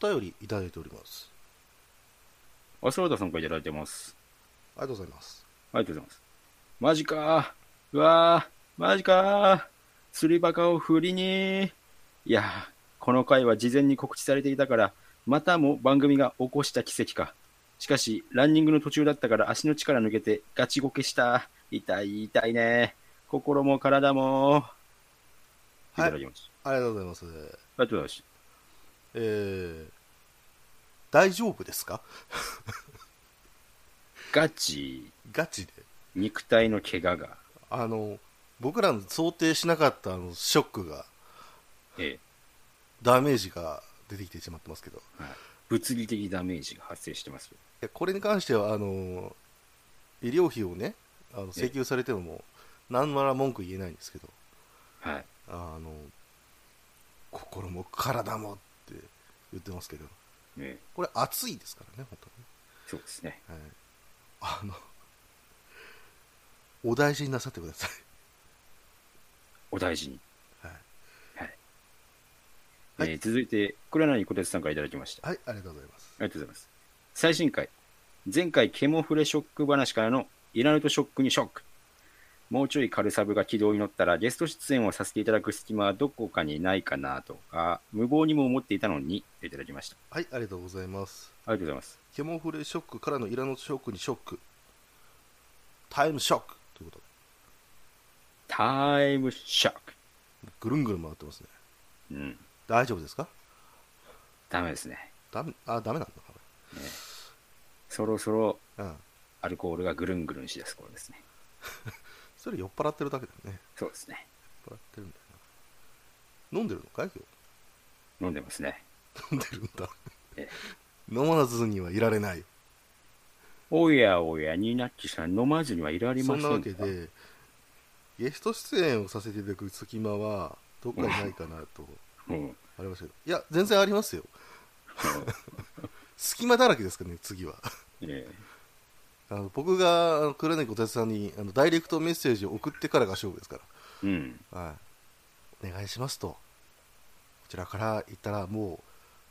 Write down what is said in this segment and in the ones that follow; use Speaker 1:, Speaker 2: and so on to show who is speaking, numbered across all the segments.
Speaker 1: 便りいただいております。
Speaker 2: あ、サラダさんからいただいてます。
Speaker 1: ありがとうございます。
Speaker 2: ありがとうございます。マジかー。うわー、マジかー。釣りバカを振りにー。いやー、この回は事前に告知されていたから、またも番組が起こした奇跡か。しかし、ランニングの途中だったから足の力抜けてガチゴケした。痛い、痛いねー。心も体も。
Speaker 1: はい
Speaker 2: いただきます。
Speaker 1: ありがとうございます。
Speaker 2: ありがとうございます。
Speaker 1: えー、大丈夫ですか
Speaker 2: ガチ、
Speaker 1: ガチで。
Speaker 2: 肉体の怪我が。
Speaker 1: あの、僕らの想定しなかったあのショックが、
Speaker 2: ええ
Speaker 1: ダメージが出てきてしまってますけど。い
Speaker 2: 物理的ダメージが発生してますよ。
Speaker 1: やこれに関しては、あの、医療費をね、あの請求されてもも、なんなら文句言えないんですけど、
Speaker 2: はい。
Speaker 1: あの、心も体もって言ってますけど、
Speaker 2: ええ
Speaker 1: これ暑いですからね、本
Speaker 2: そうですね。
Speaker 1: 当に、はい。あの、お大事になさってくださ
Speaker 2: お大事に。
Speaker 1: い。はい。はい
Speaker 2: えー続いて、黒柳小鉄さんからいただきました。
Speaker 1: はい、ありがとうございます。
Speaker 2: ありがとうございます。最新回、前回ケモフレショック話からのイラルトショックにショック。もうちょい軽サブが軌道に乗ったらゲスト出演をさせていただく隙間はどこかにないかなとか、無謀にも思っていたのに、といただきました。
Speaker 1: はい、ありがとうございます。
Speaker 2: ありがとうございます。
Speaker 1: ケモフレショックからのイラノショックにショック。タイムショックということ
Speaker 2: タイムショック。
Speaker 1: で、ぐるんぐるん回ってますね。
Speaker 2: うん。
Speaker 1: 大丈夫ですか
Speaker 2: ダメですね。
Speaker 1: ダメ、あ、ダメなんだ、こ
Speaker 2: そろそろ
Speaker 1: れ。うん。
Speaker 2: アルコールがぐるんぐるんしだす頃ですね。
Speaker 1: それ酔っ払ってるだけだよね。
Speaker 2: そうですね。
Speaker 1: 酔っ払ってるんだよな。飲んでるのかい今
Speaker 2: 飲んでますね。
Speaker 1: 日。 飲んでるんだ
Speaker 2: え。
Speaker 1: 飲まずにはいられない。
Speaker 2: おやおや、ニーナッチさん、飲まずにはいられ
Speaker 1: そ
Speaker 2: ま
Speaker 1: ん
Speaker 2: せん
Speaker 1: な
Speaker 2: か
Speaker 1: わけで、ゲスト出演をさせていただく隙間は、どっかにないかなと、
Speaker 2: うんうん
Speaker 1: ありましたけど。いや、全然あり ますよ。隙間だらけですからね、次は。
Speaker 2: ええ
Speaker 1: あの僕があの黒猫小鉄さんにあのダイレクトメッセージを送ってからが勝負ですか
Speaker 2: うん。
Speaker 1: ら、はい、お願いしますとこちらから言ったらも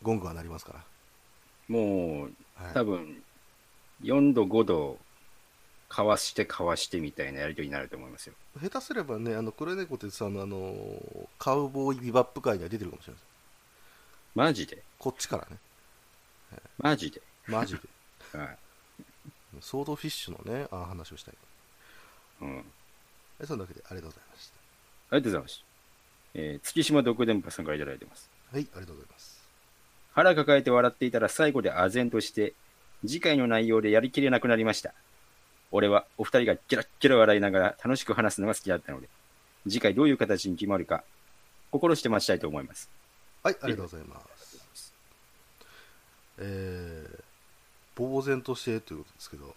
Speaker 1: うゴングは鳴りますか
Speaker 2: もう、
Speaker 1: ら、はい、
Speaker 2: 多分、4度、5度、かわして、かわしてみたいなやりとりになると思いますよ。
Speaker 1: 下手すればねあの黒猫小鉄さんの、あのーカウボーイビバップ会には出てるかもしれない
Speaker 2: マジで
Speaker 1: こっちからね
Speaker 2: マジで、
Speaker 1: マジで
Speaker 2: はい
Speaker 1: ソードフィッシュのねあ話をしたい
Speaker 2: うん、あり
Speaker 1: えそんなわけでありがとうございました
Speaker 2: がとうございます。えー月島独電波さんからいただいてます。
Speaker 1: はいありがとうございます
Speaker 2: 腹抱えて笑っていたら最後で唖然として、次回の内容でやりきれなくなりました。俺はお二人がゲラッゲラ笑いながら楽しく話すのが好きだったので、次回どういう形に決まるか、心して待ちたいと思います。
Speaker 1: はいありがとうございますえー、呆然としてということですけど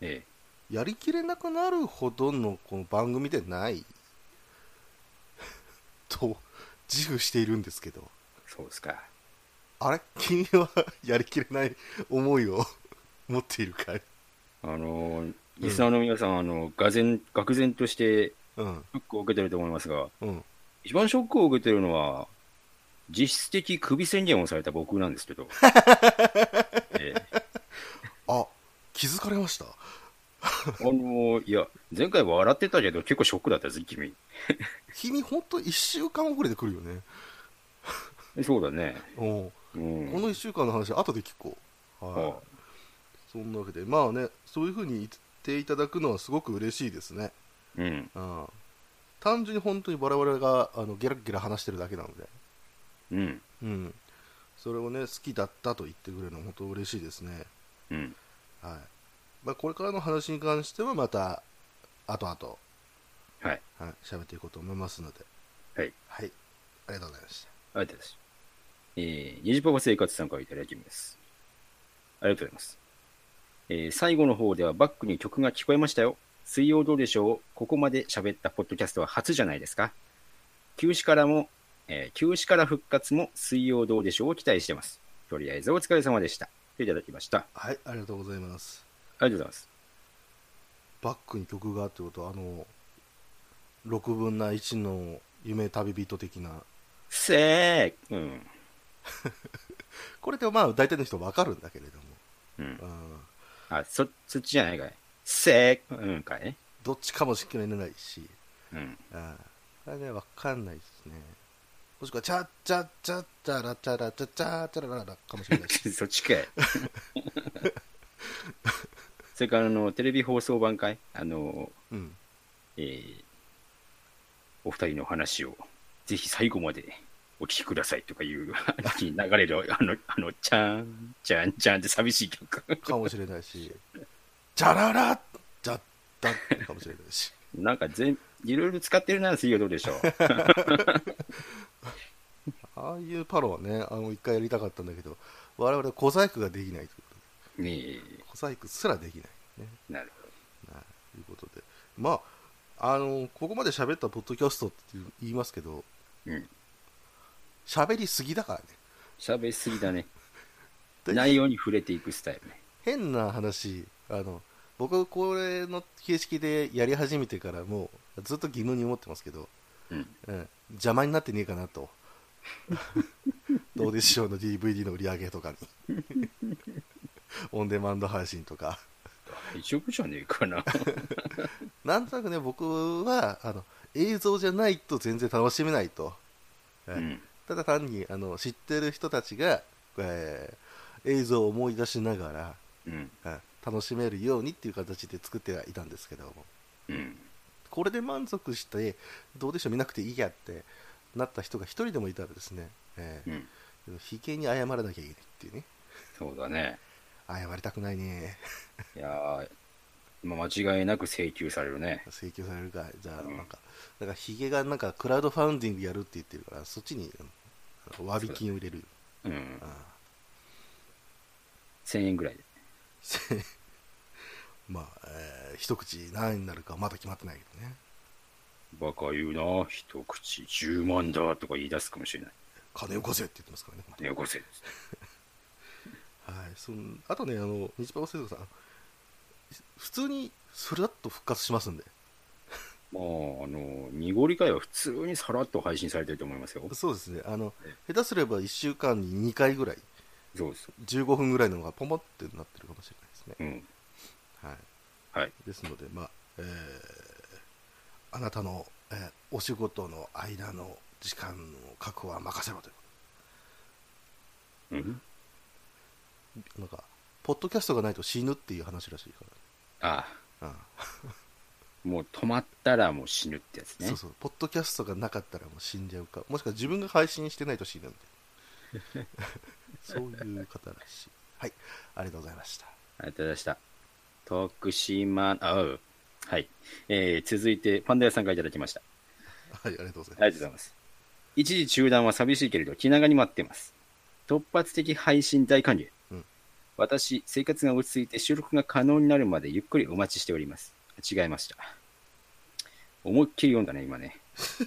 Speaker 2: え
Speaker 1: やりきれなくなるほどのこの番組でない と自負しているんですけど
Speaker 2: え、そうですか。
Speaker 1: あれ君はやりきれない思いを 持っているかい
Speaker 2: あのー、リスナーの皆さん、あの、がぜん、愕然として、
Speaker 1: うん
Speaker 2: ショックを受けてると思いますが、
Speaker 1: うん
Speaker 2: 一番ショックを受けてるのは、実質的首宣言をされた僕なんですけど。ええ
Speaker 1: あ気づかれました
Speaker 2: あのーいや、前回笑ってたけど、結構ショックだったぜ、君。
Speaker 1: 君ほんと1週間遅れてくるよね
Speaker 2: そうだね。
Speaker 1: おう
Speaker 2: う
Speaker 1: こ
Speaker 2: ん。
Speaker 1: の1週間の話後で聞こう
Speaker 2: あ
Speaker 1: はいそんなわけでまあねそういうふうに言っていただくのはすごく嬉しいですね
Speaker 2: うん。
Speaker 1: うん単純に本当に我々があのゲラゲラ話してるだけなので
Speaker 2: うん。
Speaker 1: うん、それをね好きだったと言ってくれるのは本当嬉しいですね、
Speaker 2: うん。
Speaker 1: はいまあ、これからの話に関してはまた後々
Speaker 2: はい。
Speaker 1: はい喋っていこうと思いますので
Speaker 2: はい。
Speaker 1: はいありがとうございました
Speaker 2: ありがとうございます。えー、ニジパパ生活さんからいただきます。ありがとうございます。えー、最後の方ではバックに曲が聞こえましたよ。水曜どうでしょうここまで喋ったポッドキャストは初じゃないですか。休止からも、えー休止から復活も水曜どうでしょうを期待してます。とりあえずお疲れ様でした。といただきました。あ
Speaker 1: はいありがとうございます
Speaker 2: りがとうございます。
Speaker 1: バックに曲があってことはあの6分な1の夢旅人的な
Speaker 2: せーうん。
Speaker 1: これでまあ大体の人分かるんだけれども、
Speaker 2: うん
Speaker 1: う。ん、
Speaker 2: あ、そ、そっちじゃないかい。せー、うんかいね。
Speaker 1: どっちかもしれないし、
Speaker 2: うん。
Speaker 1: うん、これね分かんないですねもしくはチャチャチャチャラチャラチャチャチャラララかもしれないし
Speaker 2: そっちかい。 それから、あの、テレビ放送版かいあの、
Speaker 1: うん
Speaker 2: えーお二人の話を、ぜひ最後までお聞きくださいとかいう、あの流れる、 あの、あの、ちゃん、ちゃん、ちゃんって寂しい曲。
Speaker 1: かもしれないしチャララチャッダッかもしれないし
Speaker 2: なんか全、いろいろ使ってるな、水曜どうでしょう。
Speaker 1: ああいうパロはねあの一回やりたかったんだけど我々は小細工ができないということで
Speaker 2: ねえ、
Speaker 1: 小細工すらできないね
Speaker 2: なるほ
Speaker 1: はいということで、まあ、あのここまで喋ったポッドキャストって言いますけど、
Speaker 2: ど。うん。
Speaker 1: 喋りすぎだからね、
Speaker 2: 喋りすぎだね。
Speaker 1: で
Speaker 2: 内容に触れていくスタイルね。
Speaker 1: 変な話、あの僕、これの形式でやり始めてから、もうずっと疑問に思ってますけど、
Speaker 2: うん。
Speaker 1: うん、邪魔になってねえかなと、どうでしょうの DVD の売り上げとかに、オンデマンド配信とか。
Speaker 2: 大丈夫じゃねえか な。
Speaker 1: なんとなくね、僕はあの映像じゃないと全然楽しめないと、え
Speaker 2: うん。
Speaker 1: ただ単にあの知ってる人たちが、えー映像を思い出しながら、
Speaker 2: うん。
Speaker 1: うん楽しめるようにっていう形で作ってはいたんですけども、
Speaker 2: うん。
Speaker 1: これで満足して、どうでしょう、見なくていいやってなった人が一人でもいたらですね、え
Speaker 2: うん。
Speaker 1: ー、非敬に謝らなきゃいけないっていうね、
Speaker 2: そうだね。
Speaker 1: 謝りたくないね、
Speaker 2: いやー、まあ間違いなく請求されるね。
Speaker 1: 請求されるか、じゃあ、
Speaker 2: うん
Speaker 1: なんか、なんかヒゲがなんかクラウドファウンディングやるって言ってるから、そっちにあの詫び金を入れる。
Speaker 2: うん
Speaker 1: う。ん
Speaker 2: 1000円ぐらいで。
Speaker 1: せ まあ、えー一口何円になるかはまだ決まってないけどね
Speaker 2: バカ言うな、一口10万だとか言い出すかもしれない。
Speaker 1: 金を貸せって言ってますからね、
Speaker 2: ね、5千
Speaker 1: はい、そのあとねあの日馬製作さん普通にスラッと復活しますんで
Speaker 2: まあ、あの、濁り会は普通にさらっと配信されてると思いますよ。
Speaker 1: そうですねあの
Speaker 2: え
Speaker 1: 下手すれば1週間に2回ぐらい
Speaker 2: そうそう。
Speaker 1: 15分ぐらいのがポンポンってなってるかもしれないですね、
Speaker 2: うん。
Speaker 1: はい、
Speaker 2: はい。
Speaker 1: ですのでまあ、えーあなたの、えーお仕事の間の時間の確保は任せろという
Speaker 2: うん。
Speaker 1: なんかポッドキャストがないと死ぬっていう話らしいから
Speaker 2: あ
Speaker 1: ああ
Speaker 2: あ、もう止まったらもう死ぬってやつね。
Speaker 1: そうそう、ポッドキャストがなかったらもう死んじゃうか、もしくは自分が配信してないと死ぬみ たいな、そういう方らしい。はい、ありがとうございました。
Speaker 2: ありがとうございました。徳島、あう。はい。えー、続いて、パンダ屋さんからいただきました。
Speaker 1: はい、ありがとうござい
Speaker 2: あ
Speaker 1: ま
Speaker 2: りがとうございます。一時中断は寂しいけれど、気長に待ってます。突発的配信大歓迎。
Speaker 1: うん
Speaker 2: 私、生活が落ち着いて収録が可能になるまでゆっくりお待ちしております。違いました。思いっきり読んだね、今ね。
Speaker 1: す。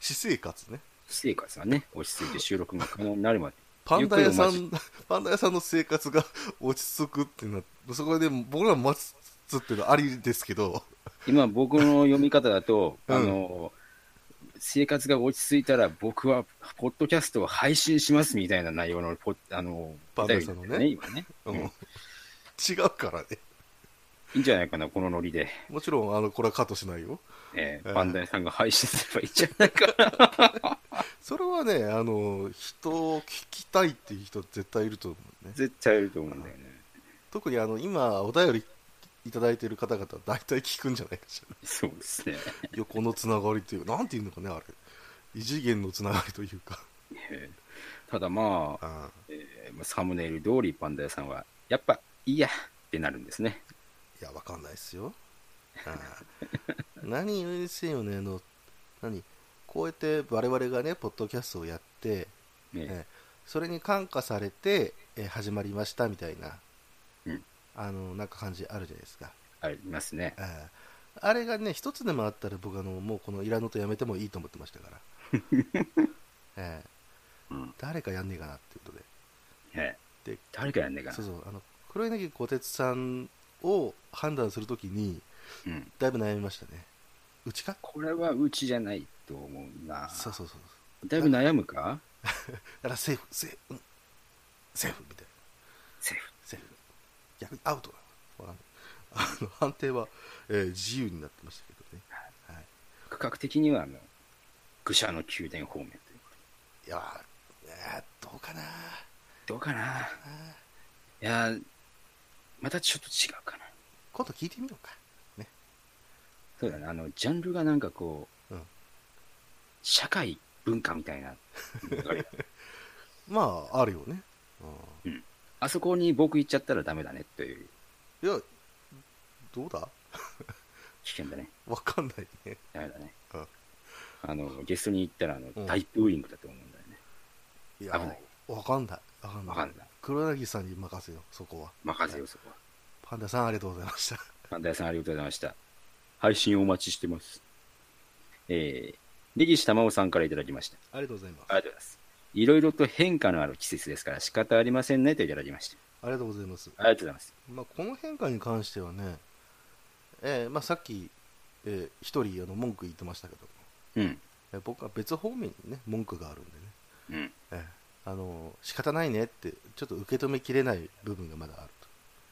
Speaker 1: 私生活ね、
Speaker 2: 生活がね、落ち着いて収録が可能になるまで。
Speaker 1: パンダ屋さ
Speaker 2: ゆっ
Speaker 1: ん、パンダ屋さんの生活が落ち着くっていうのは、そこで僕らも待つっていうのはありですけど、
Speaker 2: 今、僕の読み方だと、
Speaker 1: うん
Speaker 2: あの、生活が落ち着いたら僕は、ポッドキャストを配信しますみたいな内容のポッ、あの、
Speaker 1: パンダ屋さんのね
Speaker 2: お便りだったね
Speaker 1: う
Speaker 2: 今
Speaker 1: ん
Speaker 2: ね、うん
Speaker 1: 違うからね、
Speaker 2: いいんじゃないかな、このノリで。
Speaker 1: もちろんあのこれはカットしないよ。
Speaker 2: えー
Speaker 1: うん
Speaker 2: パンダ屋さんが配信すればいいんじゃないか。
Speaker 1: それはね、あの人を聞きたいっていう人絶対いると思うね。
Speaker 2: 絶対いると思うんだよね。
Speaker 1: 特にあの今お便りいただいている方々は大体聞くんじゃないかしら
Speaker 2: そうですね。
Speaker 1: 横のつながりというなんていうのかねあれ異次元のつながりというか
Speaker 2: えーただまあ、
Speaker 1: あ
Speaker 2: えーサムネイル通りパンダ屋さんは、やっぱいいやってなるんですね。
Speaker 1: いやわかんないですよああ何よりですよねあの何こうやって我々がねポッドキャストをやって、
Speaker 2: ね
Speaker 1: えそれに感化されて、え始まりましたみたいな、
Speaker 2: うん
Speaker 1: あのなんか感じあるじゃないですか
Speaker 2: ありますね。
Speaker 1: あああれがね、一つでもあったら僕あの、もうこのいらぬとやめてもいいと思ってましたから、 ええ
Speaker 2: うん
Speaker 1: 誰かやんねえかなっていうこと
Speaker 2: えー
Speaker 1: で
Speaker 2: 誰かやんねえか
Speaker 1: で、そ
Speaker 2: な
Speaker 1: うそうあの黒柳小鉄さんを判断するときに、
Speaker 2: うん。
Speaker 1: だいぶ悩みましたね、うちか
Speaker 2: これはうちじゃないと思うな。
Speaker 1: そうそうそう、
Speaker 2: だいぶ悩むか
Speaker 1: からセーフ、セーフ、うん、セーフみたいな。
Speaker 2: セーフ。
Speaker 1: セーフ。逆にアウトだ。わかんないあの判定は、えー自由になってましたけどね。はい、
Speaker 2: 区画的には、あの、愚者の宮殿方面ということで
Speaker 1: いやー、えーどうかな
Speaker 2: どうかない
Speaker 1: あー
Speaker 2: やー、またちょっと違うかな。
Speaker 1: 今度聞いてみようか。ね。
Speaker 2: そうだね、あの、ジャンルがなんかこう、
Speaker 1: うん
Speaker 2: 社会、文化みた いな流れが。
Speaker 1: まあ、あるよね。うん
Speaker 2: あそこに僕行っちゃったらダメだねという
Speaker 1: いや、どうだ
Speaker 2: 危険だね。
Speaker 1: わかんないね。
Speaker 2: ダメだね
Speaker 1: うん。
Speaker 2: あの、ゲストに行ったら、あの、
Speaker 1: うん
Speaker 2: 大ブーイングだと思うんだよね。
Speaker 1: い
Speaker 2: 危ない。
Speaker 1: わかんない。わかんな
Speaker 2: わ
Speaker 1: い。
Speaker 2: かんない。
Speaker 1: 黒柳さんに任せよう、そこは。
Speaker 2: 任せよ、そこは。
Speaker 1: パンダさ ん、ありがとうございました。
Speaker 2: パンダ屋さんありがとうございました。配信お待ちしてます。えー、根岸玉緒さんからいただきました。
Speaker 1: ありがとうございます。
Speaker 2: ありがとうございます。いろいろと変化のある季節ですから仕方ありませんねといただきました。
Speaker 1: ありがとうございます。
Speaker 2: ありがとうございます。
Speaker 1: まあ、この変化に関してはね、えーまあ、さっき、えー一人あの文句言ってましたけども、
Speaker 2: うん。
Speaker 1: えー僕は別方面にね、文句があるんでね、
Speaker 2: うん。
Speaker 1: えーあのー仕方ないねって、ちょっと受け止めきれない部分がまだあると。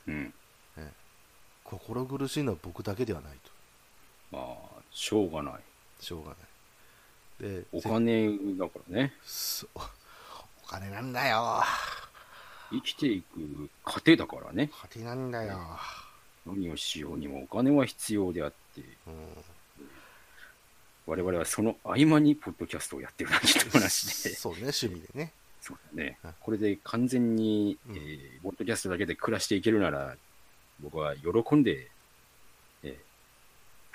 Speaker 2: うん。
Speaker 1: えー心苦しいのは僕だけではないと。
Speaker 2: まあ、しょうがない。
Speaker 1: しょうがない。で、
Speaker 2: お金だからね。
Speaker 1: そうお金なんだよ。
Speaker 2: 生きていく糧だからね。
Speaker 1: 果てなんだよ。
Speaker 2: 何をしようにもお金は必要であって、
Speaker 1: うん。
Speaker 2: 我々はその合間にポッドキャストをやってるだけの話 で。
Speaker 1: そうね、趣味でね。
Speaker 2: そうだね
Speaker 1: うん。
Speaker 2: これで完全に、
Speaker 1: うん
Speaker 2: えーポッドキャストだけで暮らしていけるなら、僕は喜んで、えー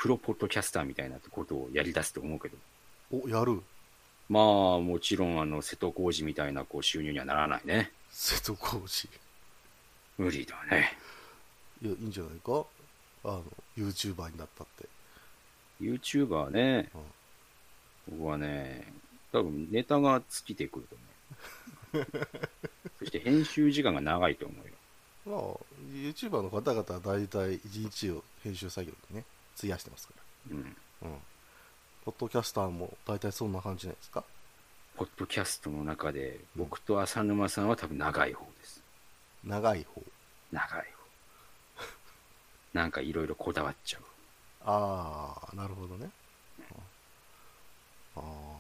Speaker 2: プロポッドキャスターみたいなことをやり出すと思うけど、
Speaker 1: お、やる。
Speaker 2: まあ、もちろん、あの、瀬戸康史みたいなこう収入にはならないね。
Speaker 1: 瀬戸康史。
Speaker 2: 無理だね。
Speaker 1: いや、いいんじゃないかあの、YouTuber になったって。
Speaker 2: YouTuber ね
Speaker 1: うん、
Speaker 2: 僕はね、多分ネタが尽きてくると思 う。そして編集時間が長いと思うよ。
Speaker 1: まあ、YouTuber の方々は大体1日を編集作業にね、費やしてますか
Speaker 2: うん。
Speaker 1: ら。うん。ポッドキャスターも大体そんな感じじゃないですか
Speaker 2: ポッドキャストの中で、僕と浅沼さんは多分長い方です。
Speaker 1: 長い方。
Speaker 2: 長 い方。なんかいろいろこだわっちゃう。
Speaker 1: ああ、なるほどね。ああ、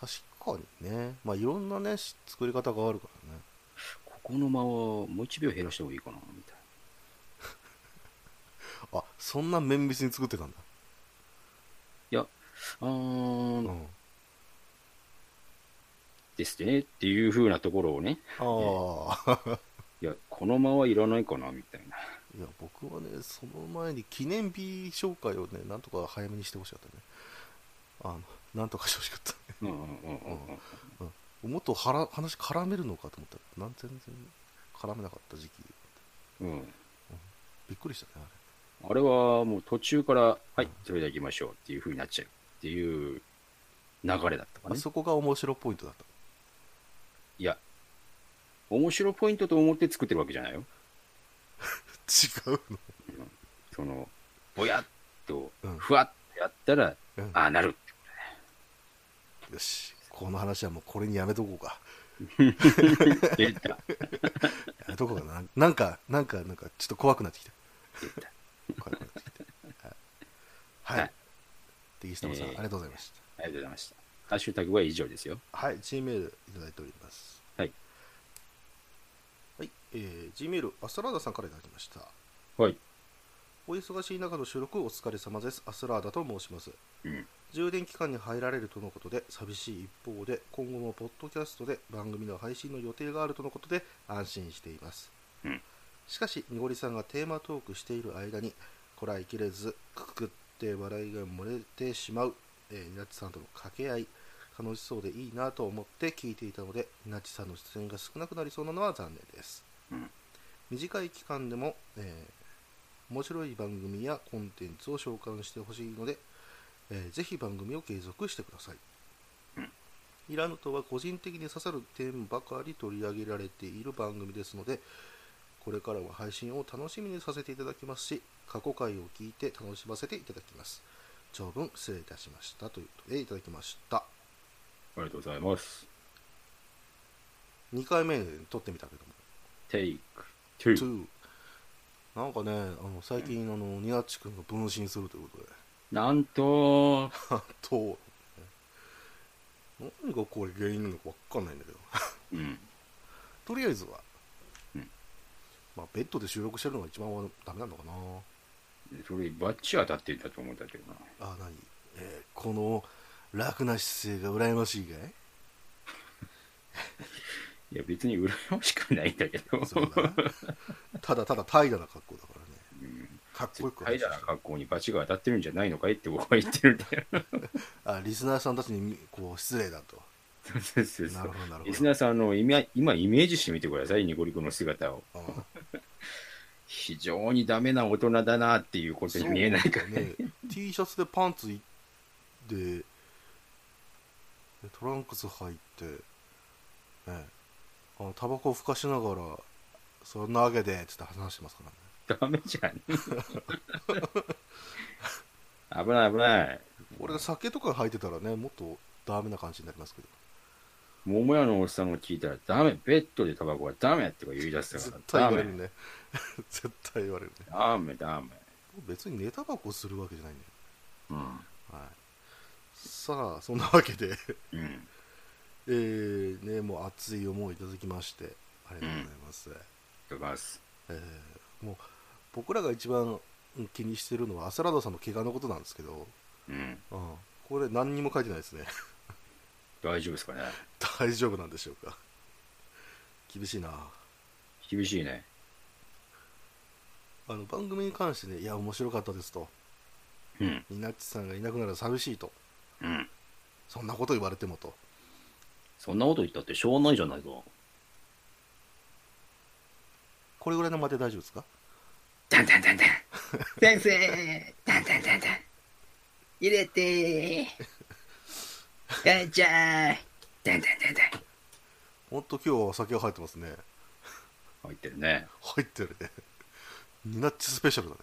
Speaker 1: 確かにね。まあ、いろんなね、し作り方があるからね。
Speaker 2: ここの間をもう一秒減らした方がいいかな、みたいな。
Speaker 1: あ、そんな綿密に作ってたんだ。
Speaker 2: いや、あ
Speaker 1: う
Speaker 2: ー、
Speaker 1: ん。
Speaker 2: ですね、っていう風なところをね、
Speaker 1: ああ、
Speaker 2: いや、この間はいらないかな、みたい な。
Speaker 1: いや、僕はね、その前に記念日紹介をね、なんとか早めにしてほしかったね。あの、なんとかしてほしかったね。
Speaker 2: うんうんうんうんうん。
Speaker 1: もっとはら話絡めるのかと思ったら、なん全然絡めなかった時期。
Speaker 2: うん
Speaker 1: びっくりしたね、あ
Speaker 2: あれはもう途中から、はい、それでは行きましょうっていう風になっちゃうっていう流れだったか
Speaker 1: れ。あ。
Speaker 2: ね
Speaker 1: そこが面白ポイントだった。
Speaker 2: いや、面白ポイントと思って作ってるわけじゃないよ。
Speaker 1: 違うの。
Speaker 2: その、ぼやっと
Speaker 1: うん、
Speaker 2: ふわっとやったら、
Speaker 1: うん
Speaker 2: ああ、なるってこ
Speaker 1: よし、この話はもうこれにやめとこうか。
Speaker 2: とで。出た、
Speaker 1: やめとこうかな。なんか、なんか、なんか、ちょっと怖くなってきた。
Speaker 2: 出た。
Speaker 1: 怖くなってきた。はい。は
Speaker 2: はい
Speaker 1: い。敵下さん、
Speaker 2: えー
Speaker 1: ありがとうございました。
Speaker 2: ありがとうございました。ハッシュタグは以上ですよ。
Speaker 1: はい、G メールいただいております。
Speaker 2: はい。
Speaker 1: はい、えー、G メール、アストラーダさんからいただきました。
Speaker 2: はい。
Speaker 1: お忙しい中の収録お疲れ様です。アスラーダと申します。
Speaker 2: うん。
Speaker 1: 充電期間に入られるとのことで寂しい一方で、今後もポッドキャストで番組の配信の予定があるとのことで安心しています。
Speaker 2: うん
Speaker 1: しかし、にごりさんがテーマトークしている間に、こらえきれず、くくって笑いが漏れてしまう、えー、ニナッチさんとの掛け合い、楽しそうでいいなと思って聞いていたので、ニナッチさんの出演が少なくなりそうなのは残念です。
Speaker 2: うん
Speaker 1: 短い期間でも、えー面白い番組やコンテンツを召喚してほしいので、えーぜひ番組を継続してください。イラノとは個人的に刺さる点ばかり取り上げられている番組ですので、これからは配信を楽しみにさせていただきますし、過去回を聞いて楽しませていただきます。長文失礼いたしましたということでいただきました。
Speaker 2: ありがとうございます。
Speaker 1: 2回目撮ってみたけども
Speaker 2: take two。
Speaker 1: 2なん かねあの最近あのニナッチ君が分身するということで
Speaker 2: なんと、
Speaker 1: あと何がこれ原因なのか分かんないんだけど
Speaker 2: うん。
Speaker 1: とりあえずは、
Speaker 2: うん
Speaker 1: まあ、ベッドで収録してるのが一番はダメなのかな
Speaker 2: それ、バッチ当たってたと思うんだけどな。
Speaker 1: あ何、えーこの楽な姿勢が羨ましいか い
Speaker 2: いや、別に羨ましくないんだけど。
Speaker 1: そうだなただただ怠惰な格好だからね
Speaker 2: うん
Speaker 1: かっこよ
Speaker 2: 絶
Speaker 1: く
Speaker 2: 対だな格好にバチが当たってるんじゃないのかいって僕は言ってるんだよ。
Speaker 1: あリスナーさんたちにみこう失礼だと
Speaker 2: そうそうそうそ
Speaker 1: なる
Speaker 2: う
Speaker 1: ほどなるほど
Speaker 2: リスナーさん、あの今、今イメージしてみてください、ニコリ君の姿を。
Speaker 1: うん
Speaker 2: 非常にダメな大人だなっていうことに見えないから
Speaker 1: そうね T シャツでパンツいででトランクス履いて、ね、あのタバコをふかしながらそんなわけでっつって話してますからね
Speaker 2: ダメじゃん。危ない危ない。
Speaker 1: 俺が酒とか履いてたらねもっとダメな感じになりますけど
Speaker 2: 桃屋のおっさんを聞いたら、ダメ、ベッドでタバコはダメとか言い出す
Speaker 1: 絶
Speaker 2: か
Speaker 1: 対
Speaker 2: ら、ダ
Speaker 1: 言われる
Speaker 2: メ、
Speaker 1: ね 絶対言われるね
Speaker 2: ダメ、ダメ。
Speaker 1: 別に寝タバコするわけじゃないんだよ、
Speaker 2: うん。
Speaker 1: はい、さあそんなわけで
Speaker 2: うん。
Speaker 1: えー、ねもう熱い思いいただきましてありがとうございます、
Speaker 2: とます。
Speaker 1: えーもう僕らが一番うん気にしてるのはアスラードさんの怪我のことなんですけど、
Speaker 2: うん。
Speaker 1: うん、これ何にも書いてないですね
Speaker 2: 大丈夫ですかね。
Speaker 1: 大丈夫なんでしょうか厳しいな
Speaker 2: 厳しいね。
Speaker 1: あの番組に関してねいや面白かったですと
Speaker 2: うん。
Speaker 1: ニナッチさんがいなくなら寂しいと
Speaker 2: うん。
Speaker 1: そんなこと言われてもと
Speaker 2: そんなこと言ったってしょうがないじゃないか。
Speaker 1: これぐらいのまで大丈夫ですか
Speaker 2: ダンダンダンダン。 先生、ダンダンダンダン。入れて母ちゃん。ダンダンダンダン。
Speaker 1: ほんと今日はお酒が入ってますね
Speaker 2: 入ってるね。
Speaker 1: 入ってるね ニナッチスペシャルだね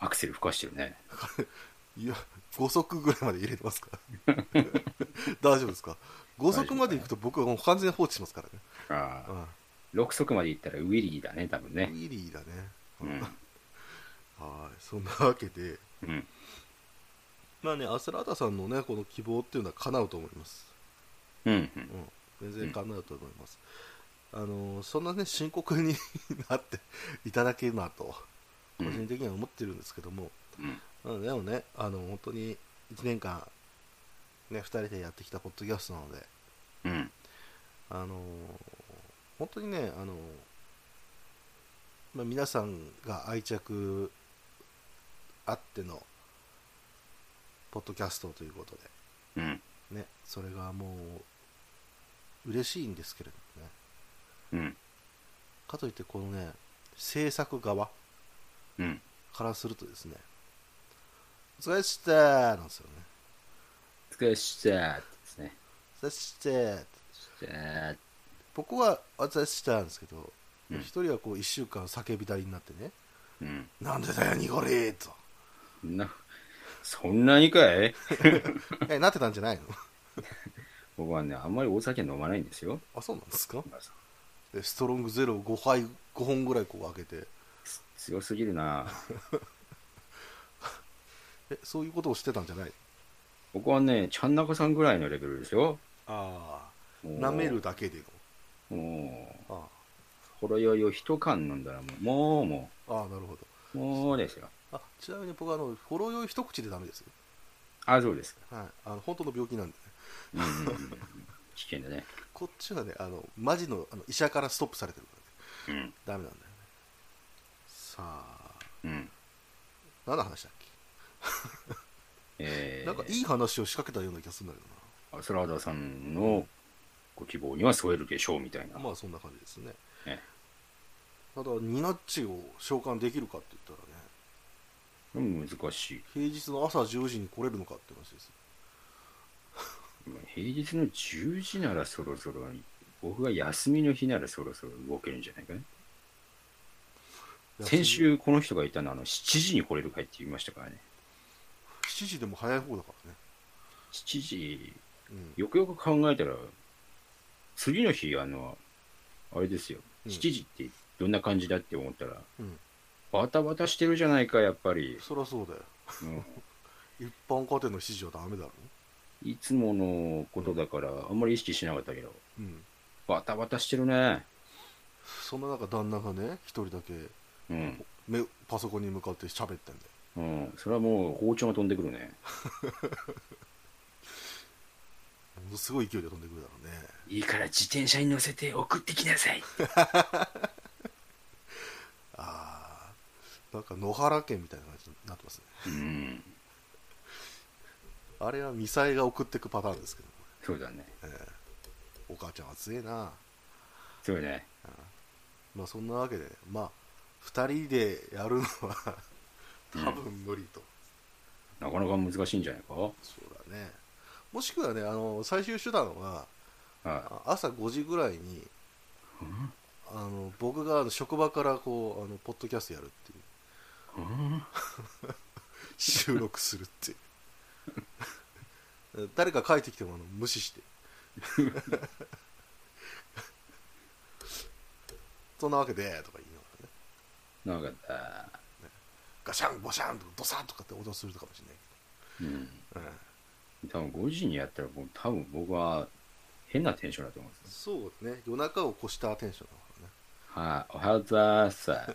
Speaker 2: アクセル吹かしてるね。
Speaker 1: いや5足ぐらいまで入れてますから 大丈夫ですか5足まで行くと僕はもう完全に放置しますからね
Speaker 2: ああ。
Speaker 1: あ
Speaker 2: 6足まで行ったらウィリーだね、多分
Speaker 1: ウ
Speaker 2: ね。
Speaker 1: ィリーだね、
Speaker 2: うん。
Speaker 1: はいそんなわけで
Speaker 2: うん。
Speaker 1: まあねアスラータさんのねこの希望っていうのは叶うと思います、
Speaker 2: うん。
Speaker 1: うん、全然叶うと思います、あのーそんなね深刻に なっていただけるなと個
Speaker 2: うん
Speaker 1: 人的には思ってるんですけども、
Speaker 2: うん。
Speaker 1: まあでもねあの本当に1年間ね2人でやってきたポッドキャストなので
Speaker 2: うん。
Speaker 1: あのー本当にね、あのーまあ、皆さんが愛着あってのポッドキャストということ
Speaker 2: うん。
Speaker 1: で、ね、それがもう嬉しいんですけれどもね、
Speaker 2: うん。
Speaker 1: かといってこのね、制作側
Speaker 2: うん。
Speaker 1: からするとですね、お疲れっしたーなんですよね。
Speaker 2: 疲れしたーってですね。
Speaker 1: お疲れっしたー
Speaker 2: したーって
Speaker 1: 僕はお疲れっしたーんですけど、
Speaker 2: うん
Speaker 1: 一人はこう1週間叫びたりになってね、
Speaker 2: うん。
Speaker 1: なんでだよ、濁りーと。
Speaker 2: そんな、そんなにかい
Speaker 1: え、なってたんじゃないの
Speaker 2: 僕はね、あんまりお酒飲まないんですよ。
Speaker 1: あ、そうなんですか
Speaker 2: まあさ
Speaker 1: でストロングゼロを5杯、5本ぐらいこう開けて、
Speaker 2: 強すぎるな。
Speaker 1: え、そういうことをしてたんじゃない
Speaker 2: 僕はね、ちゃん中さんぐらいのレベルですよ。
Speaker 1: ああ
Speaker 2: もう
Speaker 1: 舐める。だけでの。
Speaker 2: もう、
Speaker 1: あ
Speaker 2: ほろ酔いを一缶飲んだらもう、もう、も
Speaker 1: あ、ああなるほど。
Speaker 2: う、もうですよ。
Speaker 1: あ、ちなみに僕はあの、ほろ酔い一口でダメですよ。
Speaker 2: あ、そうですか。
Speaker 1: はい。あの、本当の病気なんでね。
Speaker 2: うんうん うん。危険だね。
Speaker 1: こっちはね、あの、マジの、あの、医者からストップされてるからね。
Speaker 2: うん。
Speaker 1: ダメなんだよね。さあ、
Speaker 2: うん。
Speaker 1: 何の話だっけ、
Speaker 2: えー、
Speaker 1: なんかいい話を仕掛けたような気がするんだけ
Speaker 2: アスラーダさんのご希望には添えるでしょうみたい
Speaker 1: どな。
Speaker 2: な。
Speaker 1: まあ、そんな感じですね。
Speaker 2: え
Speaker 1: ただ、ニナッチを召喚できるかって言ったらね、
Speaker 2: 難しい。
Speaker 1: 平日の朝10時に来れるのかって話ですよ
Speaker 2: 平日の10時ならそろそろ、僕が休みの日ならそろそろ動けるんじゃないかね。先週この人がいたのはあの7時に来れるかいって言いましたからね。
Speaker 1: 7時でも早い方だからね、
Speaker 2: 7時、
Speaker 1: うん、
Speaker 2: よくよく考えたら、次の日、あの、あれですよ、
Speaker 1: うん
Speaker 2: 7時ってどんな感じだって思ったら、
Speaker 1: うん
Speaker 2: バタバタしてるじゃないか、やっぱ り。
Speaker 1: そりゃそうだよ
Speaker 2: うん
Speaker 1: 一般家庭の指示はダメだろ
Speaker 2: いつものことだから、あんまり意識しなかったけど、
Speaker 1: うん
Speaker 2: バタバタしてるね。
Speaker 1: そんな中旦那がね一人だけ
Speaker 2: うん。
Speaker 1: 目パソコンに向かって喋ってんだよ
Speaker 2: うん。それはもう包丁が飛んでくるね。
Speaker 1: ものすごい勢いで飛んでくるだろうね
Speaker 2: いいから自転車に乗せて送ってきなさい。
Speaker 1: ああなんか野原家みたいな感じになってますね
Speaker 2: うん。
Speaker 1: あれはミサイが送ってくパターンですけど
Speaker 2: そうだね。
Speaker 1: お母ちゃんは強えな
Speaker 2: そうだね。
Speaker 1: まあそんなわけでねまあ2人でやるのは
Speaker 2: うん
Speaker 1: 多分無理と、
Speaker 2: なかなか難しいんじゃないか
Speaker 1: そうだねもしくはねあの最終手段は
Speaker 2: は
Speaker 1: あ朝5時ぐらいに
Speaker 2: い。うん
Speaker 1: あの僕があの職場からこうあのポッドキャストやるっていう
Speaker 2: うん
Speaker 1: 収録するっていう誰か帰ってきてもあの無視してそんなわけでとか言いながらね
Speaker 2: なかった。
Speaker 1: ガシャンボシャンとかドサンとかって音するかもしれない
Speaker 2: うん。
Speaker 1: けど、うん、
Speaker 2: 多分5時にやったら、もう多分僕は変なテンションだと思うんですよ。
Speaker 1: そうね夜中を越したテンションだか
Speaker 2: はい、おはようございます。
Speaker 1: らね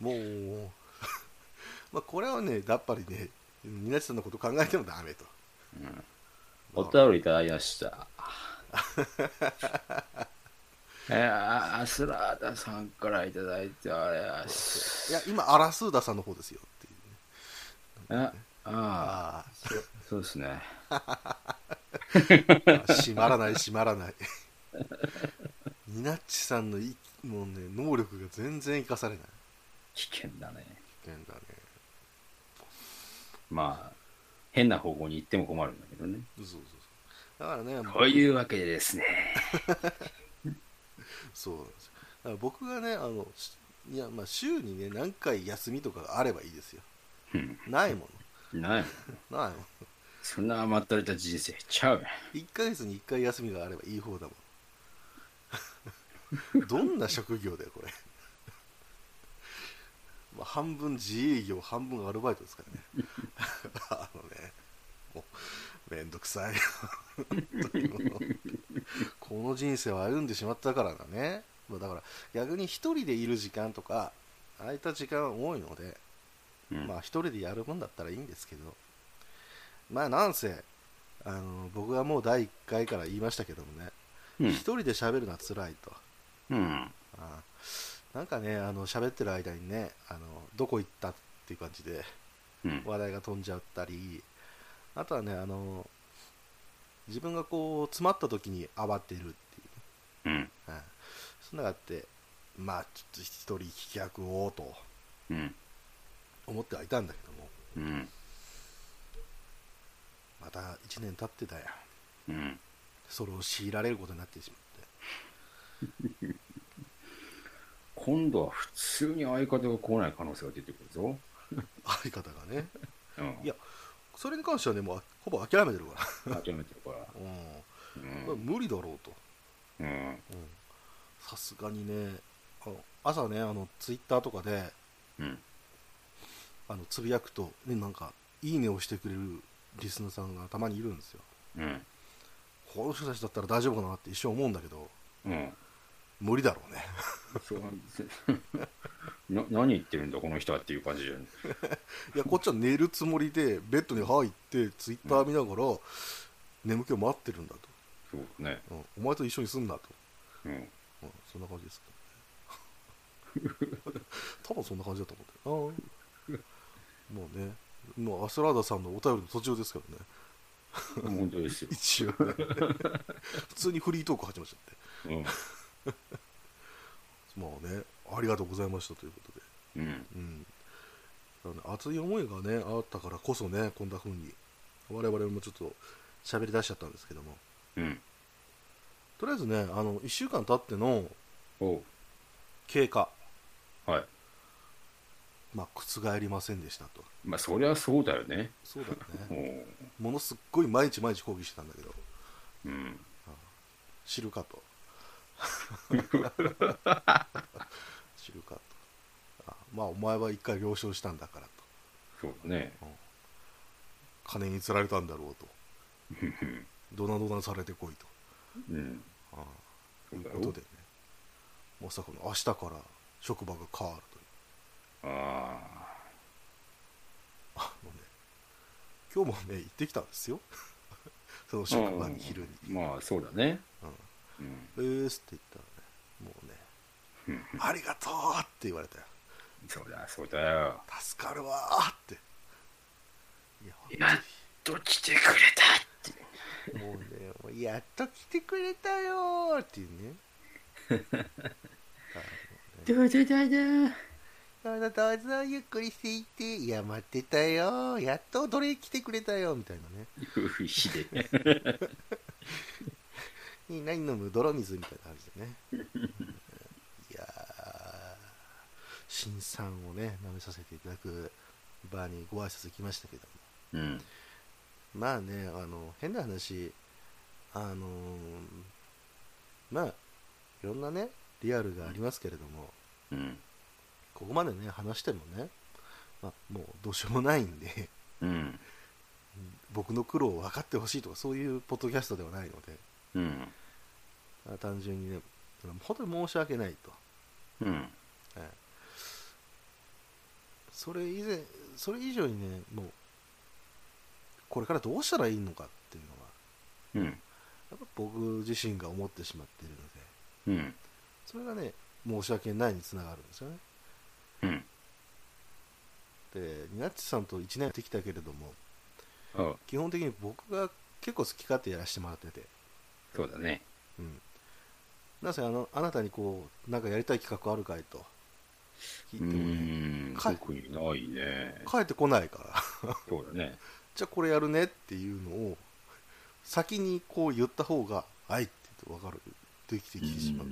Speaker 1: もう まあこれはねやっぱりね皆さんのこと考えてもダメと
Speaker 2: うんお便りいただきました。えー、アスラーダさんからいただいてあれやす。
Speaker 1: いや今アラスーダさんの方ですよっていうね
Speaker 2: あ
Speaker 1: あ
Speaker 2: あー、そそうですね。
Speaker 1: あ閉まらない閉まらないニナッチさんのいもうね能力が全然生かされない
Speaker 2: 危険だね。
Speaker 1: 危険だね
Speaker 2: まあ、変な方向に行っても困るんだけどね。
Speaker 1: そうそうそうだからね
Speaker 2: というわけでですね。
Speaker 1: そうなんですよだから僕がねあのしいやまあ週にね何回休みとかがあればいいですよ
Speaker 2: うん
Speaker 1: ないも
Speaker 2: ない
Speaker 1: のないもの
Speaker 2: そんな甘ったれた人生ちゃう
Speaker 1: 1ヶ月に1回休みがあればいい方だもん どんな職業だよこれ まあ半分自営業半分アルバイトですからね あのねもうめんどくさい本当にもうこの人生を歩んでしまったからだね、まあ、だから逆に一人でいる時間とか空いた時間は多いので、
Speaker 2: やん。
Speaker 1: まあ一人でやるもんだったらいいんですけど、まあなんせ、あの僕はもう第1回から言いましたけどもね、一
Speaker 2: うん。
Speaker 1: 人で喋るのは辛いと。
Speaker 2: うん。
Speaker 1: ああなんかね、あの喋ってる間にね、あのどこ行ったっていう感じで
Speaker 2: うん。
Speaker 1: 話題が飛んじゃったり、あとはね、あの自分がこう詰まった時に慌てるっていう、
Speaker 2: うん。
Speaker 1: うん、そんなのがあって、まあちょっと一人飛脚をと
Speaker 2: うん。
Speaker 1: 思ってはいたんだけども、
Speaker 2: うん。
Speaker 1: また1年経ってたやん。
Speaker 2: うん。
Speaker 1: それを強いられることになってしまっ
Speaker 2: 今度は普通に相方が来ない可能性が出てくるぞ。
Speaker 1: て相方がね
Speaker 2: うん。
Speaker 1: いやそれに関してはねもうほぼ諦めてるから、
Speaker 2: 諦めてるから。
Speaker 1: うん
Speaker 2: う ん。
Speaker 1: これ無理だろうと
Speaker 2: うん。
Speaker 1: うんさすがにねあの朝ねあのツイッターとかで
Speaker 2: うん。
Speaker 1: あのつぶやくと、ね、なんか「いいね」をしてくれるリスナーさんがたまにいるんですよ
Speaker 2: うん。
Speaker 1: この人たちだったら大丈夫かなって一瞬思うんだけど
Speaker 2: うん。
Speaker 1: 無理だろうね
Speaker 2: そうなんです。 な何言ってるんだこの人はっていう感じじゃん。
Speaker 1: いやこっちは寝るつもりでベッドに入ってツイッター見ながら、眠気を待ってるんだと、
Speaker 2: そうね。
Speaker 1: うん、お前と一緒にすんなと
Speaker 2: うん。
Speaker 1: うん、そんな感じですか、 多分そんな感じだと思うんだよなもうねもうアスラーダさんのお便りの途中ですからね
Speaker 2: 本当ですよ。
Speaker 1: 一応ね 普通にフリートーク始まっちゃって
Speaker 2: うん。
Speaker 1: まあねありがとうございましたということで
Speaker 2: うん。
Speaker 1: うんだからね熱い思いがねあったからこそねこんな風に我々もちょっと喋り出しちゃったんですけども
Speaker 2: うん。
Speaker 1: とりあえずねあの1週間経っての
Speaker 2: おう
Speaker 1: 経過
Speaker 2: はい。
Speaker 1: まあ覆りませんでしたと
Speaker 2: まあ、そりゃそうだよね。
Speaker 1: そうだよね
Speaker 2: も
Speaker 1: ものすっごい毎日毎日抗議してたんだけど
Speaker 2: う。うん。
Speaker 1: 知るかと知るかとあまあお前は一回了承したんだからと
Speaker 2: そうだね。
Speaker 1: 金に釣られたんだろ うとドナドナされてこいと
Speaker 2: うん。
Speaker 1: あ
Speaker 2: そ
Speaker 1: いう
Speaker 2: だ
Speaker 1: う
Speaker 2: ろ
Speaker 1: ことでねまさかの明日から職場が変わるという
Speaker 2: あ
Speaker 1: あのね今日もね行ってきたんですよ その
Speaker 2: あ。
Speaker 1: 職場に昼に
Speaker 2: うんまあ、そうだね。
Speaker 1: うん
Speaker 2: うん。
Speaker 1: 「うーす」って言ったらねもうね「ありがとう!」って言われたよ
Speaker 2: そうだ、そうだよ。
Speaker 1: 「助かるわ!」っていや
Speaker 2: やっと来てくれたって。
Speaker 1: もうねもうやっと来てくれたよーっていうね
Speaker 2: どうだだだ。
Speaker 1: あのねどうぞどうぞゆっくりしていっていや待ってたよーやっとどれ来てくれたよーみたいなね
Speaker 2: 夫婦ひで。
Speaker 1: いい何飲む泥水みたいな感じでねいやー新さんをね舐めさせていただくバーにご挨拶来ましたけども
Speaker 2: うん。
Speaker 1: まあねあの変な話あのーまあいろんなねリアルがありますけれども、
Speaker 2: うん。
Speaker 1: ここまでね話してもね、まあ、もうどうしようもないんで
Speaker 2: うん。
Speaker 1: 僕の苦労を分かってほしいとかそういうポッドキャストではないので
Speaker 2: うん。
Speaker 1: まあ単純にね本当に申し訳ないと、
Speaker 2: うん。
Speaker 1: ええそれ以前それ以上にねもうこれからどうしたらいいのかっていうのは
Speaker 2: うん。
Speaker 1: やっぱ僕自身が思ってしまっているので
Speaker 2: うん。
Speaker 1: それがね申し訳ないにつながるんですよね
Speaker 2: うん。
Speaker 1: でニナッチさんと1年やってきたけれども
Speaker 2: あ
Speaker 1: 基本的に僕が結構好き勝手やらせてもらってて
Speaker 2: そうだね。
Speaker 1: うん、なぜあのあなたにこうなんかやりたい企画あるかいと聞いうても、ね、
Speaker 2: ん。
Speaker 1: か
Speaker 2: 特にないね。
Speaker 1: 帰ってこないから
Speaker 2: そうだね。
Speaker 1: じゃあこれやるねっていうのを先にこう言った方が「はい」って言って分かるできてきてしまう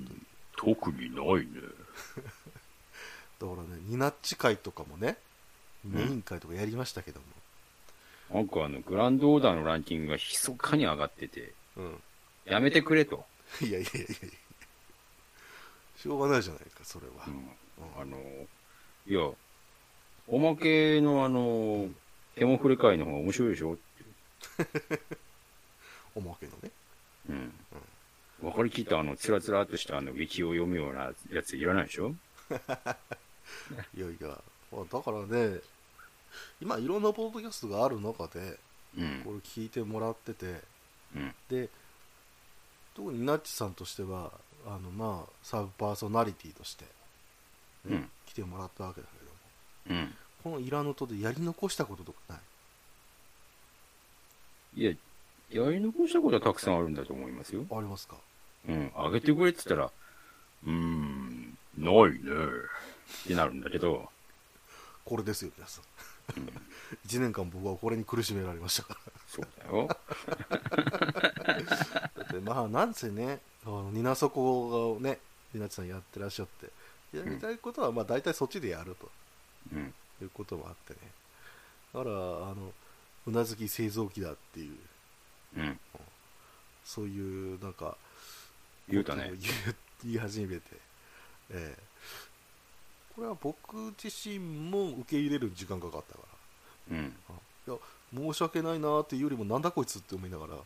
Speaker 1: という
Speaker 2: 特にないね。
Speaker 1: だからねニナッチ会とかもねメイン会とかやりましたけども、
Speaker 2: なんかあの、グランドオーダーのランキングが密かに上がってて、
Speaker 1: うん
Speaker 2: やめてくれと。
Speaker 1: いやいやいやいやしょうがないじゃないかそれは、
Speaker 2: うん。
Speaker 1: うん
Speaker 2: あの、いや、おまけのあの、ヘモフレ会の方が面白いでしょって。
Speaker 1: おまけのね
Speaker 2: うん。分かりきったあの、つらつらっとしたあの、劇を読むようなやついらないでしょ
Speaker 1: いやいやまあだからね今いろんなポッドキャストがある中で
Speaker 2: うん
Speaker 1: こ。れ聞いてもらってて
Speaker 2: うん。
Speaker 1: で特にナッチさんとしてはあのまあサブパーソナリティとして
Speaker 2: うん。
Speaker 1: 来てもらったわけだけども
Speaker 2: うん。
Speaker 1: このイラノトでやり残したこととかない
Speaker 2: いや、やり残したことはたくさんあるんだと思いますよ。
Speaker 1: ありますか
Speaker 2: うん。あげてくれって言ったら、うーん、ないね。ってなるんだけど、
Speaker 1: これですよ皆さん 1年間僕はこれに苦しめられましたか
Speaker 2: そうだよ。
Speaker 1: らだってまあなんせねあのニナソコをねニナッチさんやってらっしゃってやりたいことはまあ大体そっちでやると
Speaker 2: うん。
Speaker 1: いうこともあってねだからあのうなずき製造機だっていう
Speaker 2: うん。
Speaker 1: そういうなんか
Speaker 2: 言うたね
Speaker 1: ことを。言う言い始めて、ええこれは僕自身も受け入れる時間かかったか
Speaker 2: うん。
Speaker 1: らいや申し訳ないなっていうよりもなんだこいつって思いながら、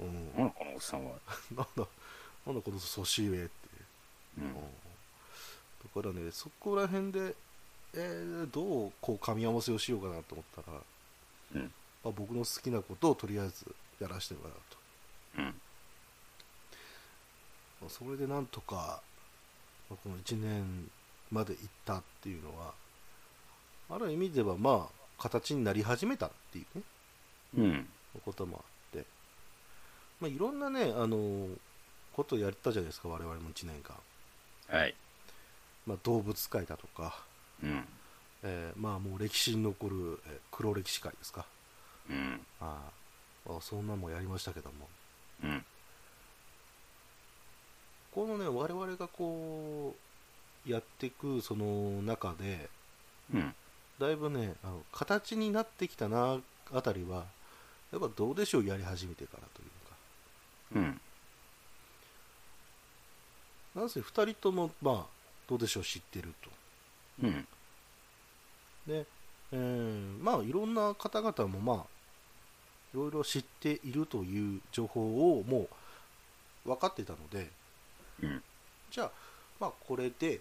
Speaker 1: うん、
Speaker 2: なんだこのおっさんは。
Speaker 1: なんだなんだこの年上って、
Speaker 2: う
Speaker 1: うんん。だからねそこら辺で、えーどうこう噛み合わせをしようかなと思ったら、
Speaker 2: うん
Speaker 1: まあ、僕の好きなことをとりあえずやらせてもらうと
Speaker 2: うん。
Speaker 1: まあそれでなんとかまあこの1年まで行ったっていうのはある意味ではまあ形になり始めたっていうね
Speaker 2: うん。
Speaker 1: こともあって、まあ、いろんなねあのことをやったじゃないですか我々も1年間、
Speaker 2: はい。
Speaker 1: まあ、動物界だとか、
Speaker 2: うん。
Speaker 1: えーまあもう歴史に残る、えー黒歴史界ですか
Speaker 2: うん。
Speaker 1: ああまあそんなもんやりましたけども
Speaker 2: うん。
Speaker 1: このね我々がこうやっていくその中で
Speaker 2: うん。
Speaker 1: だいぶねあの形になってきたなあたりはやっぱどうでしょうやり始めてからというか
Speaker 2: うん。
Speaker 1: なんせ2人とも、まあ、どうでしょう、知ってると。
Speaker 2: うん。
Speaker 1: で、えーまあ、いろんな方々も、まあ、いろいろ知っているという情報をもう分かってたので、
Speaker 2: うん。
Speaker 1: じゃあ、まあ、これで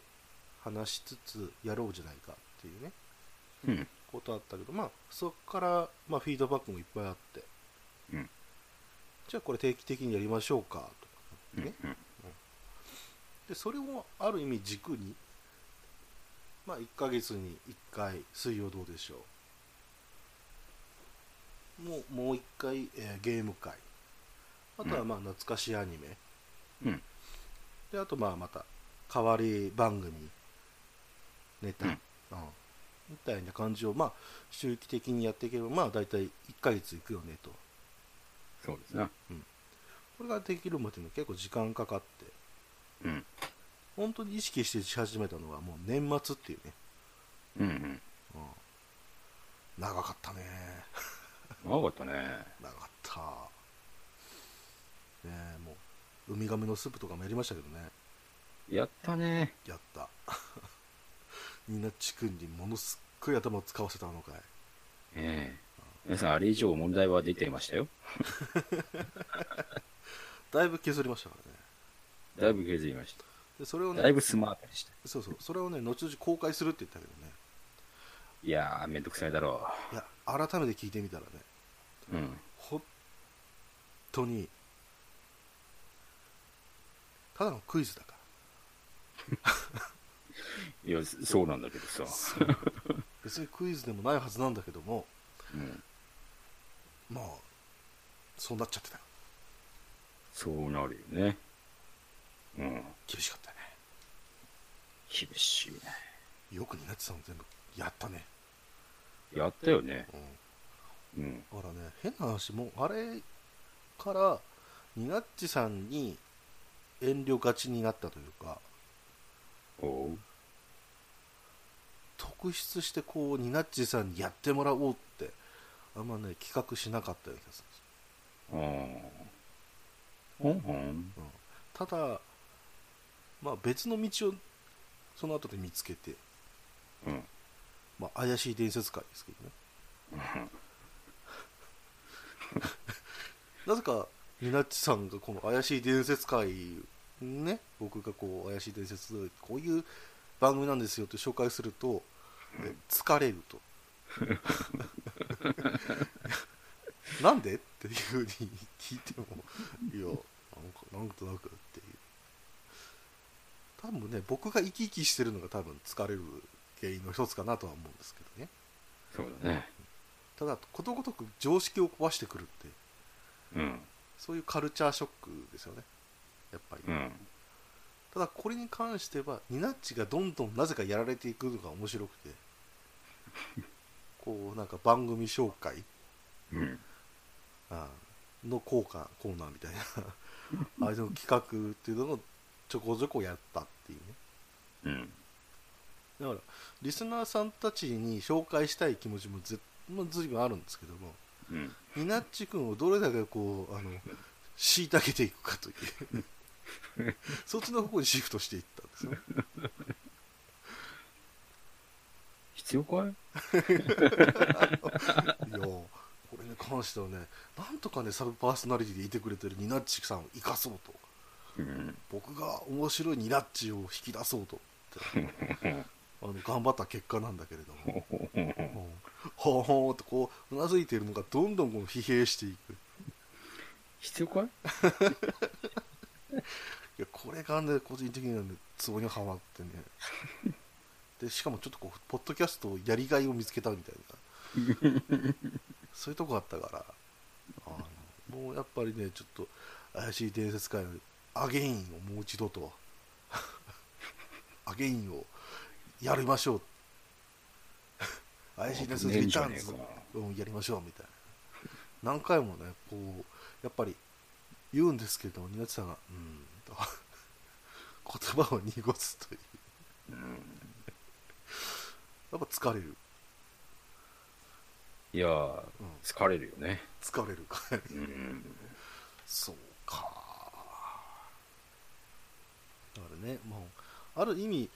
Speaker 1: 話しつつやろうじゃないかっていうね、
Speaker 2: うん。
Speaker 1: ことあったけど、まあ、そこから、まあ、フィードバックもいっぱいあって、
Speaker 2: うん
Speaker 1: じゃあ、これ定期的にやりましょうかとか、ね
Speaker 2: うん。
Speaker 1: でそれをある意味軸に、まあ、1ヶ月に1回水曜どうでしょうもうもう1回、えーゲーム会あとはまあ懐かしいアニメ、
Speaker 2: うん
Speaker 1: であとまあまた変わり番組ネタ、
Speaker 2: うん
Speaker 1: うんみたいな感じをまあ周期的にやっていけばまあ大体1ヶ月いくよねと
Speaker 2: そうですな。
Speaker 1: これができるまでに結構時間かかって
Speaker 2: うん。
Speaker 1: 本当に意識してし始めたのはもう年末っていうね
Speaker 2: うんうん。
Speaker 1: うん長かったね
Speaker 2: 長かったね。
Speaker 1: 長かったねえもうウミガメのスープとかもやりましたけどね
Speaker 2: やったね。
Speaker 1: やった みんなチ君にものすっごい頭を使わせたのかい
Speaker 2: ええ皆さん、あれ以上問題は出てましたよ。
Speaker 1: だいぶ削りましたからね
Speaker 2: だいぶ削りまし
Speaker 1: でそれを
Speaker 2: た。だい
Speaker 1: ね
Speaker 2: ぶスマートにした。
Speaker 1: そうそうそれをね後々公開するって言ったけどね
Speaker 2: いやー、めんどくさいだろ
Speaker 1: いや改めて聞いてみたらね
Speaker 2: う。うん。
Speaker 1: 本当にただのクイズだから
Speaker 2: いや、そうなんだけどさ。
Speaker 1: 別にクイズでもないはずなんだけども
Speaker 2: うん。
Speaker 1: まあそうなっちゃってた
Speaker 2: そうなるよね。うん。
Speaker 1: 厳しかったね
Speaker 2: 厳しいね。
Speaker 1: よくになってたの全部やったね、
Speaker 2: やったよね。
Speaker 1: うん、
Speaker 2: うん。
Speaker 1: だからね変な話もうあれからニナッチさんに遠慮がちになったというか
Speaker 2: おう。
Speaker 1: 特筆してこうニナッチさんにやってもらおうってあんまね企画しなかったような気がするんです
Speaker 2: あーほんほん。
Speaker 1: ただまあ別の道をその後で見つけて、
Speaker 2: うん。
Speaker 1: まあ、怪しい伝説界ですけどねなぜか、ニナッチさんがこの怪しい伝説会、ね、僕がこう怪しい伝説、こういう番組なんですよって紹介すると、え疲れると。なんでっていうふうに聞いても、いや、なんか、なんとなくっていう。多分ね、僕が生き生きしてるのが多分疲れる原因の一つかなとは思うんですけどね。
Speaker 2: そうだね。
Speaker 1: ただ、ことごとく常識を壊してくるって、
Speaker 2: うん。
Speaker 1: そういうカルチャーショックですよね、やっぱり。
Speaker 2: うん。
Speaker 1: ただ、これに関しては、ニナッチがどんどんなぜかやられていくのが面白く て、こう、なんか番組紹介
Speaker 2: うん。
Speaker 1: あの効果、コーナーみたい な、あれの企画っていうのをちょこちょこやったっていうね。
Speaker 2: うん。
Speaker 1: だから、リスナーさんたちに紹介したい気持ちもずもう随分あるんですけども、
Speaker 2: うん。
Speaker 1: ニナッチ君をどれだけこうあの虐げていくかというそっちの方向にシフトしていったんですね
Speaker 2: 必要かい
Speaker 1: いやこれに関してはねなんとかねサブパーソナリティでいてくれてるニナッチさんを生かそうと
Speaker 2: うん。
Speaker 1: 僕が面白いニナッチを引き出そうとってあの頑張った結果なんだけれど ももうほうほうとこううなずいているのがどんどんこう疲弊していくい
Speaker 2: 必要かい
Speaker 1: やこれがね個人的にはねツボにはま ってねでしかもちょっとこうポッドキャストをやりがいを見つけたみたいなそういうとこあったからあのもうやっぱりねちょっと怪しい伝説界のアゲインをもう一度と アゲインをやりましょう怪しい伝説リターンズ
Speaker 2: 危ね
Speaker 1: うんやりましょうみたいな何回もねこうやっぱり言うんですけどもニナチさんが「うん」と言葉を濁すというやっぱ疲れる
Speaker 2: いやー、疲れるよね。
Speaker 1: 疲れるから
Speaker 2: うん。
Speaker 1: そうかだからねねもうある意味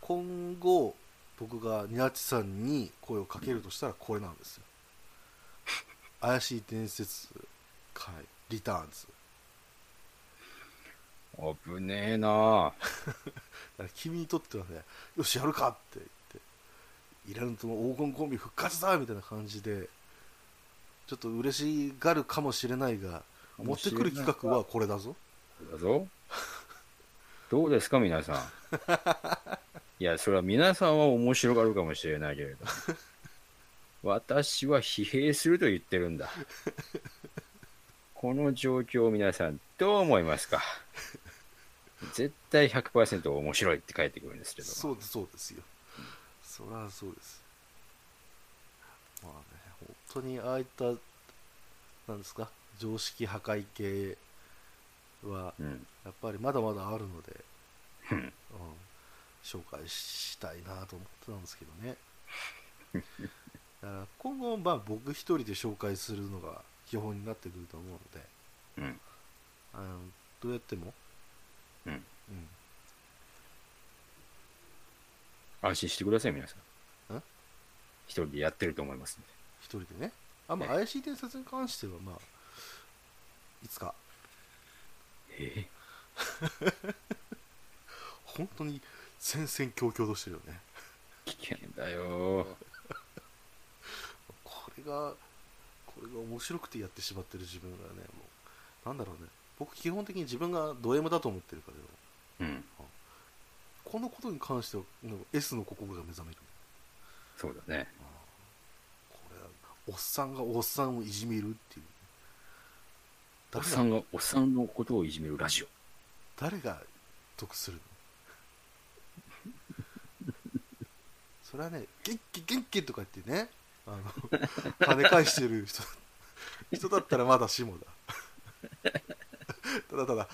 Speaker 1: 今後僕がニナチさんに声をかけるとしたらこれなんですよ怪しい伝説会リターンズ
Speaker 2: 危ねえな
Speaker 1: だから君にとってはねよしやるかって言ってイランとの黄金コンビ復活だみたいな感じでちょっと嬉しがるかもしれないが持ってくる企画はこれだぞ
Speaker 2: だぞ。どうですか、皆さん。いや、それは皆さんは面白がるかもしれないけれど。 私は疲弊すると言ってるんだ。この状況を皆さんどう思いま すか絶対100%面白いって返ってくるんですけど。
Speaker 1: そうですそうですよそりゃそうですまあね本当にああいったなんですか常識破壊系は
Speaker 2: うん。
Speaker 1: やっぱりまだまだあるので、
Speaker 2: う
Speaker 1: うん
Speaker 2: ん、
Speaker 1: 紹介したいなと思ってたんですけどねだから今後もまあ僕一人で紹介するのが基本になってくると思うので
Speaker 2: うん。
Speaker 1: あのどうやっても、
Speaker 2: うん。
Speaker 1: うん、
Speaker 2: 安心してください、皆さ
Speaker 1: ん
Speaker 2: ん。一人でやってると思いますんで
Speaker 1: 一人でねあまあ
Speaker 2: え
Speaker 1: 怪しい伝説に関してはまあいつか
Speaker 2: え
Speaker 1: 本当に戦々恐々としてるよね
Speaker 2: 危険だよ。
Speaker 1: これがこれが面白くてやってしまってる自分がねもうなんだろうね僕基本的に自分がド M だと思ってるからよ
Speaker 2: うん。
Speaker 1: このことに関してはなんか S の心が目覚める
Speaker 2: そうだね。
Speaker 1: これはおっさんがおっさんをいじめるっていう
Speaker 2: おっ
Speaker 1: 誰
Speaker 2: さ
Speaker 1: が
Speaker 2: んがおっさんのことをいじめるラジオ。
Speaker 1: 誰が得するの それはね「ゲッゲゲッゲ」とか言ってねあの跳ね返してる人人だったらまだしもだ ただただ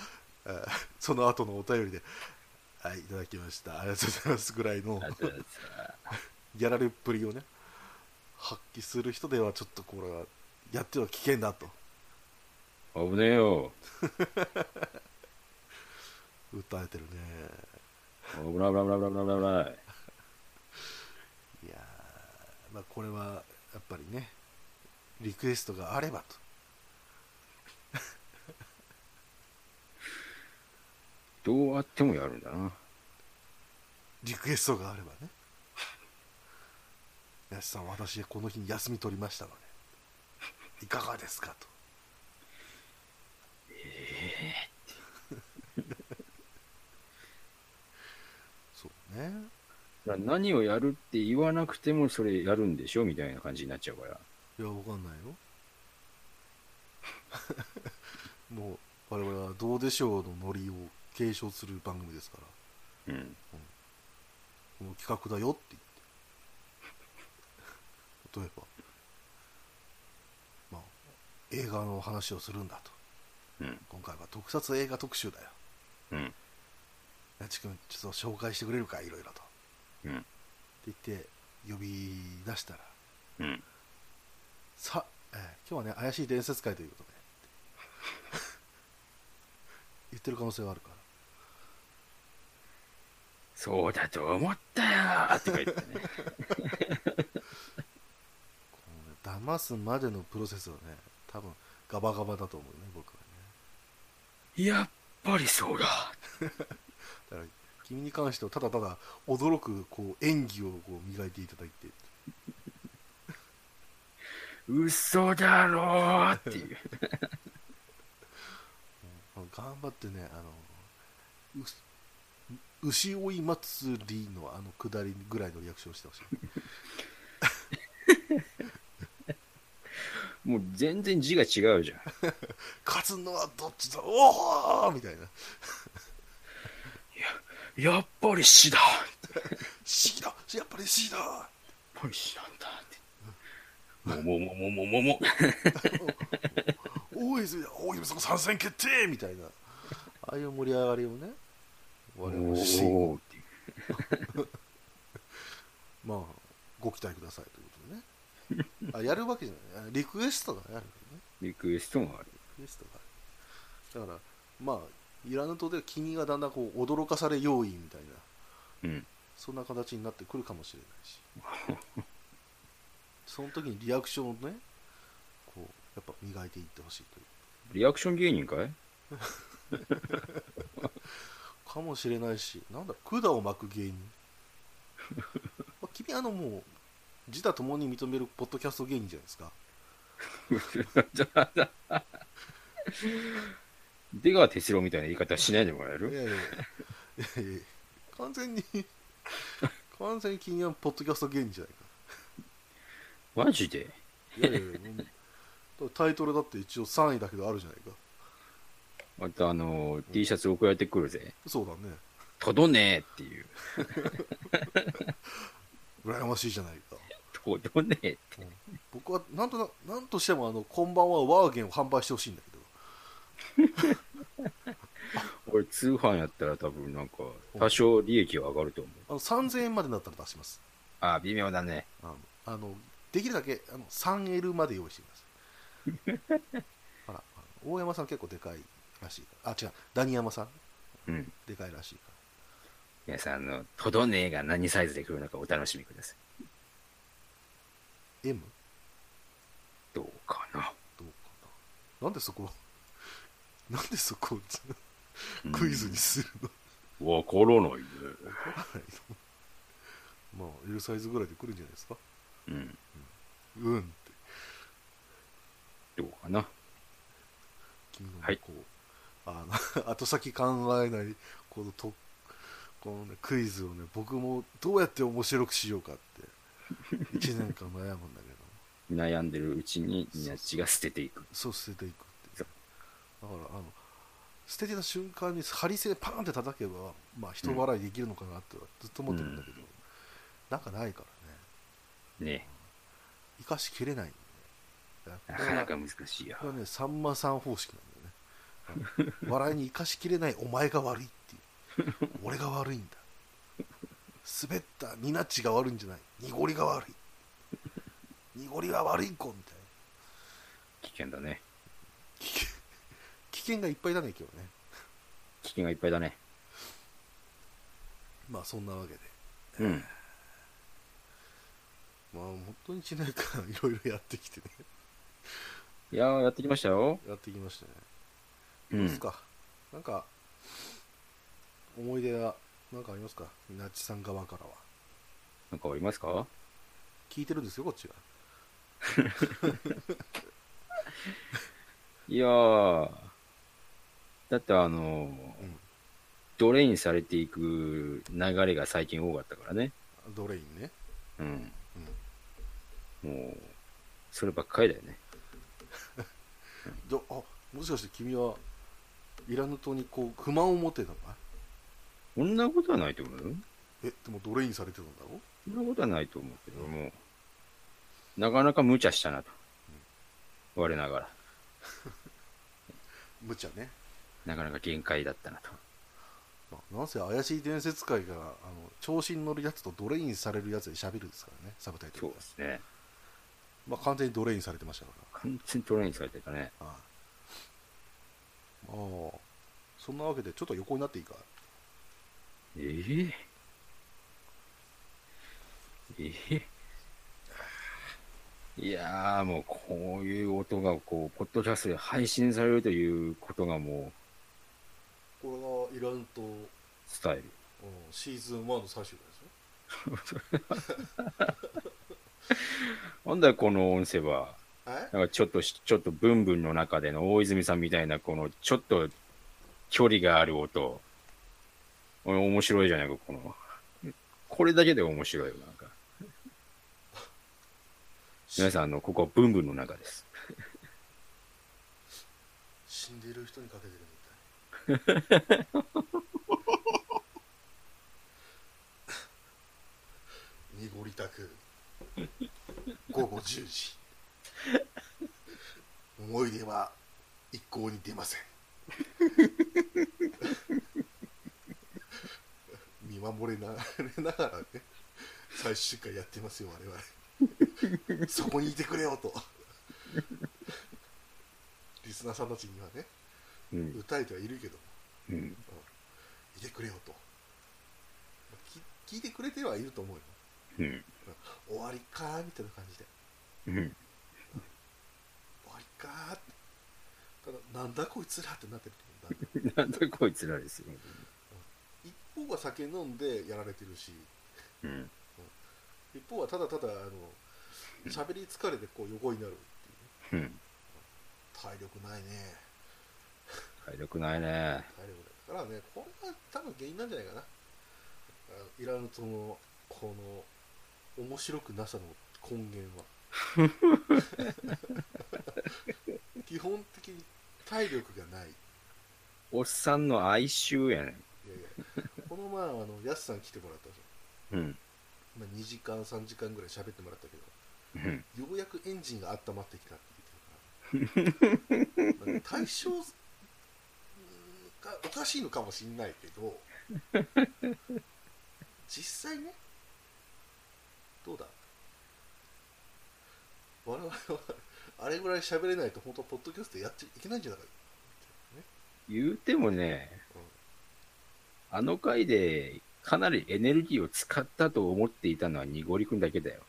Speaker 1: えーその後のお便りで「はいいただきましたありがとうございます」ぐらいの
Speaker 2: あとさ
Speaker 1: やられっぷりをね発揮する人ではちょっとこれはやっては危険だと
Speaker 2: 危ねえよ。
Speaker 1: 訴えてるね
Speaker 2: 危ない危ない危ない危ない危ない。
Speaker 1: いやーまあこれはやっぱりねリクエストがあればと
Speaker 2: どうあってもやるんだな。
Speaker 1: リクエストがあればね 「やしさん私この日に休み取りましたのでいかがですか?」と そうね
Speaker 2: だから何をやるって言わなくてもそれやるんでしょみたいな感じになっちゃうか
Speaker 1: い
Speaker 2: ら。
Speaker 1: や、わかんないよ。 もう、我々はどうでしょうのノリを継承する番組ですから、
Speaker 2: うん。
Speaker 1: この企画だよって言って。例えば、まあ、映画の話をするんだと。
Speaker 2: うん。
Speaker 1: 今回は特撮映画特集だよ。
Speaker 2: うん。
Speaker 1: なちくん、ちょっと紹介してくれるか、いろいろと。
Speaker 2: うん。
Speaker 1: って言って、呼び出したら、
Speaker 2: うん。
Speaker 1: さあ、えー今日はね怪しい伝説会ということで言ってる可能性はあるから
Speaker 2: そうだと思ったよーって書いてたね。
Speaker 1: この、ね、騙すまでのプロセスはね多分ガバガバだと思うね僕は
Speaker 2: やっぱりそうだ。
Speaker 1: ねだから君に関してはただただ驚くこう演技をこう磨いていただいて
Speaker 2: 嘘だろーっていう。
Speaker 1: うん頑張ってねあのうす牛追い祭りのあの下りぐらいのリアクションをしてほしい
Speaker 2: もう全然字が違うじゃん。
Speaker 1: 勝つのはどっちだおおみたいな
Speaker 2: やっぱり死だ。やっ
Speaker 1: 「C だやっぱり C だ!」
Speaker 2: ぱり死なんだって。もうもうもうもうもうもう。
Speaker 1: 大泉大泉さん参戦決定みたいなああいう盛り上がりをね我々
Speaker 2: お
Speaker 1: 自身
Speaker 2: ーっていう。
Speaker 1: まあご期待くださいということでね あやるわけじゃないあリクエストがあるよね
Speaker 2: リクエストもある。
Speaker 1: リクエストがあるだからまあイラヌ島では君がだんだんこう驚かされ要因みたいな
Speaker 2: うん。
Speaker 1: そんな形になってくるかもしれないしその時にリアクションをねこうやっぱ磨いていってほしいという
Speaker 2: リアクション芸人かい
Speaker 1: かもしれないしなんだ管を巻く芸人まあ君あのもう自他ともに認めるポッドキャスト芸人じゃないですか
Speaker 2: 出川哲郎みたいな言い方しないでもらえ
Speaker 1: いやい
Speaker 2: る
Speaker 1: やいやいやいや完全に完全に君はポッドキャスト芸人じゃないか
Speaker 2: マジで
Speaker 1: いやいやいやもうだからタイトルだって一応3位だけどあるじゃないか
Speaker 2: またあのー、T シャツ送られてくるぜ。
Speaker 1: そうだね
Speaker 2: とどねーっていう。
Speaker 1: 羨ましいじゃないか
Speaker 2: とどねーって。
Speaker 1: 僕はなんとななんとしてもあの「こんばんは」ワーゲンを販売してほしいんだけど
Speaker 2: 俺通販やったら多分なんか、多少利益は上がると思う。
Speaker 1: あの3000円までになったら出します
Speaker 2: ああ、微妙だね。
Speaker 1: あのあのできるだけあの 3L まで用意してく ださいあらあの大山さん結構でかいらしいあ違うダニヤマさん
Speaker 2: うん。
Speaker 1: でかいらしいから
Speaker 2: 皆さん、あの、とどねーが何サイズで来るのかお楽しみください。
Speaker 1: M
Speaker 2: どうかな。
Speaker 1: どうかななんでそこ なんでそこを
Speaker 2: うん
Speaker 1: クイズにするの
Speaker 2: わからないね。
Speaker 1: はいまあ L サイズぐらいで来るんじゃないですか
Speaker 2: うん。
Speaker 1: うんって
Speaker 2: どうかな。
Speaker 1: 君のこう、
Speaker 2: はい
Speaker 1: あの 後先考えないこのとこの、ね、クイズをね僕もどうやって面白くしようかって1年間悩むんだけど
Speaker 2: 悩んでるうちに、ニナッチが捨てていく。
Speaker 1: そう捨てていくっていうだからあの捨ててた瞬間にハリセンパーンって叩けば、まあ、人笑いできるのかなってずっと思ってるんだけど、なんかないからね
Speaker 2: ね
Speaker 1: 生かしきれないんだよね
Speaker 2: な
Speaker 1: だか
Speaker 2: からなか難しいよ
Speaker 1: こ。れはねさんまさん方式なんだよねあの笑いに生かしきれないお前が悪いっていう俺が悪いんだ滑ったニナッチが悪いんじゃない濁りが悪い濁りが悪い子みたいな
Speaker 2: 危険だね。
Speaker 1: 危険危険がいっぱいだね今日はね
Speaker 2: 危険がいっぱいだね。
Speaker 1: まあそんなわけで
Speaker 2: うん。
Speaker 1: まあ本当に1年間いろいろやってきてね
Speaker 2: いやー、やってきましたよ。
Speaker 1: やってきましたね
Speaker 2: う
Speaker 1: どうです
Speaker 2: ん。
Speaker 1: か、なんか思い出はなんかありますかニナッチさん側からは
Speaker 2: なんかおりますか
Speaker 1: 聞いてるんですよこっちが
Speaker 2: いやー。だってあのー
Speaker 1: うん
Speaker 2: ドレインされていく流れが最近多かったからね。
Speaker 1: ドレインね
Speaker 2: うん。もう、そればっかりだよね。
Speaker 1: じゃあもしかして君はイラヌ島にこう不満を持ってたのか
Speaker 2: そんなことはないと思うよ。
Speaker 1: えでもドレインされてたんだろ
Speaker 2: そんなことはないと思うけども、なかなか無茶したなと。我ながら。
Speaker 1: 無茶ね、
Speaker 2: なかなか限界だったなと。
Speaker 1: まあ、なんせ怪しい伝説界があの調子に乗るやつとドレインされるやつで喋るんですからねサブタイト
Speaker 2: そう
Speaker 1: ルが
Speaker 2: で、すね。
Speaker 1: まあ、完全にドレインされてましたか
Speaker 2: 完全にトレーニングされてたね。
Speaker 1: らはいああそんなわけでちょっと横になっていいか
Speaker 2: ええええいやーもうこういう音がこう、ポッドキャストで配信されるということがも
Speaker 1: これがイラヌ島
Speaker 2: う、スタイル。
Speaker 1: シーズン1の最終回ですよ
Speaker 2: なんだよこの音声は。
Speaker 1: え
Speaker 2: なんかちょっとし、ちょっとブンブンの中での大泉さんみたいな、このちょっと距離がある音。お面白いじゃないか、この。これだけで面白いよ、なんか。皆さん、あの、ここはブンブンの中です。
Speaker 1: 死んでいる人にかけてるみたい濁りたく午後10時思い出は一向に出ません見守れなれながらね最終回やってますよ我々そこにいてくれよとリスナーさんたちにはね
Speaker 2: うん。
Speaker 1: 歌えてはいるけど
Speaker 2: うん。
Speaker 1: いてくれよと。き聞いてくれてはいると思うよ。
Speaker 2: うん。
Speaker 1: 終わりかーみたいな感じで。
Speaker 2: うん。
Speaker 1: 終わりかーって。ただ、なんだこいつらってなってると思うんだ。
Speaker 2: なんだこいつらですよ。
Speaker 1: 一方は酒飲んでやられてるし、
Speaker 2: うん。
Speaker 1: 一方はただただ、あの、喋り疲れてこう横になるっていう
Speaker 2: うん。
Speaker 1: 体力ないね。
Speaker 2: 体力ないね。
Speaker 1: 体力ない。だからね、これが多分原因なんじゃないかな。あのいらぬその、この、面白くなさの根源は。 基本的に体力がない。
Speaker 2: おっさんの哀愁やね。
Speaker 1: いやいや、この前、あの、やすさん来てもらったじゃ
Speaker 2: うん。
Speaker 1: ん。まあ、2時間、3時間ぐらい喋ってもらったけど、
Speaker 2: うん。
Speaker 1: ようやくエンジンが温まってきたって言ってるから。なんか対象がおかしいのかもしんないけど、 実際ね、どうだ我々は、あれぐらい喋れないと、本当はポッドキャストやっちゃいけないんじゃないか、ね
Speaker 2: 言うてもね、
Speaker 1: うん
Speaker 2: あの回でかなりエネルギーを使ったと思っていたのは濁りくんだけだよ。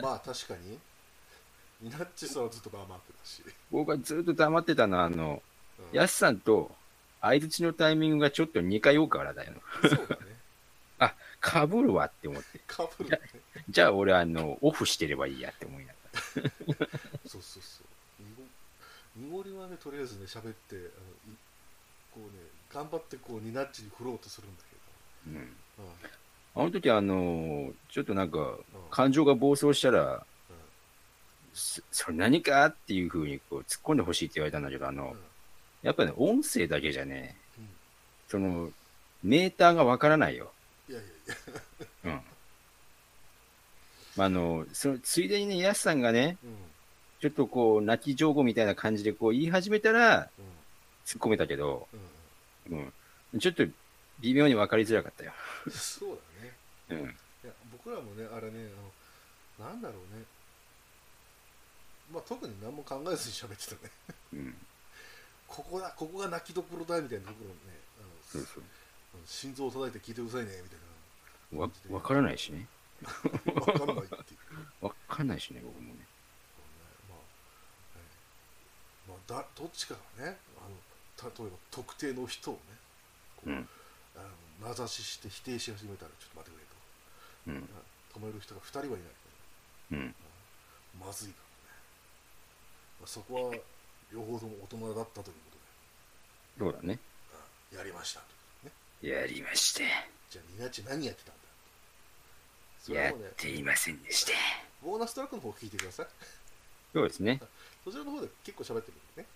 Speaker 1: まあ確かに、ニナッチさんはずっとバーマークだし、
Speaker 2: 僕はずっと黙ってたのは、あの、
Speaker 1: うん
Speaker 2: やすさんと相づちのタイミングがちょっと似通うからだよ。
Speaker 1: そうだね、
Speaker 2: かぶるわって思って。
Speaker 1: かぶるね、
Speaker 2: じゃあ俺、あの、オフしてればいいやって思いながら。
Speaker 1: そうそうそう、濁濁りはね、とりあえずね、喋って、あのいこうね、頑張ってこうニナッチに振ろうとするんだ
Speaker 2: うん。
Speaker 1: けど、うん
Speaker 2: あの時、あの、ちょっとなんか、
Speaker 1: うん
Speaker 2: 感情が暴走したら、
Speaker 1: うん
Speaker 2: そそれ何かっていうふうにこう突っ込んでほしいって言われたんだけど、あの、
Speaker 1: うん
Speaker 2: やっぱね、音声だけじゃね、
Speaker 1: うん
Speaker 2: その、メーターがわからないよ。
Speaker 1: いやいやいや、
Speaker 2: うん。まあ、あの、その、ついでにね、ヤスさんがね、
Speaker 1: うんうん
Speaker 2: ちょっとこう、泣き上手みたいな感じでこう言い始めたら、突っ込めたけど、
Speaker 1: うん
Speaker 2: うん。ちょっと、微妙にわかりづらかったよ。
Speaker 1: うん、そうだね、
Speaker 2: うん。
Speaker 1: いや僕らもね、あれね、あのなんだろうね、まあ、特に何も考えずに喋ってたね、
Speaker 2: うん。
Speaker 1: ここだ、ここが泣きどころだみたいなところをね、あの
Speaker 2: そうそう。
Speaker 1: 心臓を叩いて聞いてくださいねみたい
Speaker 2: わ、わからないしね。
Speaker 1: なわかんないっていう、
Speaker 2: わかんないしね、僕もね。
Speaker 1: まあ、えーまあ、だどっちかがねあの例えば特定の人をねこう
Speaker 2: うん。
Speaker 1: あの名指しして否定し始めたらちょっと待ってく
Speaker 2: うん。
Speaker 1: れと止める人が2人はいない
Speaker 2: うん。
Speaker 1: まずいからね、まあ、そこは両方とも大人だったというこ
Speaker 2: そうだね。
Speaker 1: とで、うんやりましたとね
Speaker 2: やりまして。
Speaker 1: じゃあニナッチ何やってたんだそれ
Speaker 2: やっ
Speaker 1: もね
Speaker 2: ていませんでした。
Speaker 1: ボーナストラックの方聞いてください
Speaker 2: そうですね。
Speaker 1: そちらの方で結構喋ってるんでね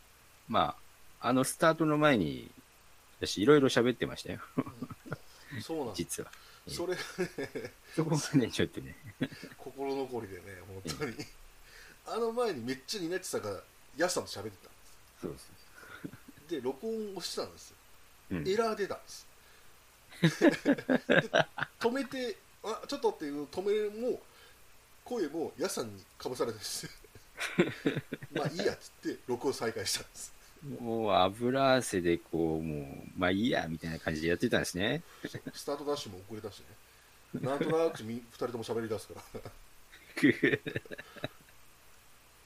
Speaker 2: まあ、あのスタートの前に、私、いろいろ喋ってましたよ、
Speaker 1: そうなんです。
Speaker 2: 実は。ええ
Speaker 1: それがね、
Speaker 2: そこがね、ちょっとね。
Speaker 1: 心残りでね、本当に。あの前にめっちゃニナッチさんが、ヤスさんと喋ってたん
Speaker 2: そうそ
Speaker 1: です。で、録音をしてたんですよ。
Speaker 2: う。うん。
Speaker 1: エラー出たんです。で止めて、あ、ちょっとっていう止めるも、声もヤスさんにかぶされたん です。まあいいやっつって、録音再開したんです。
Speaker 2: もう油汗でこう、もう、まあいいや、みたいな感じでやってたんですね。
Speaker 1: スタートダッシュも遅れたしね。なんとなくみ二人とも喋り出すから。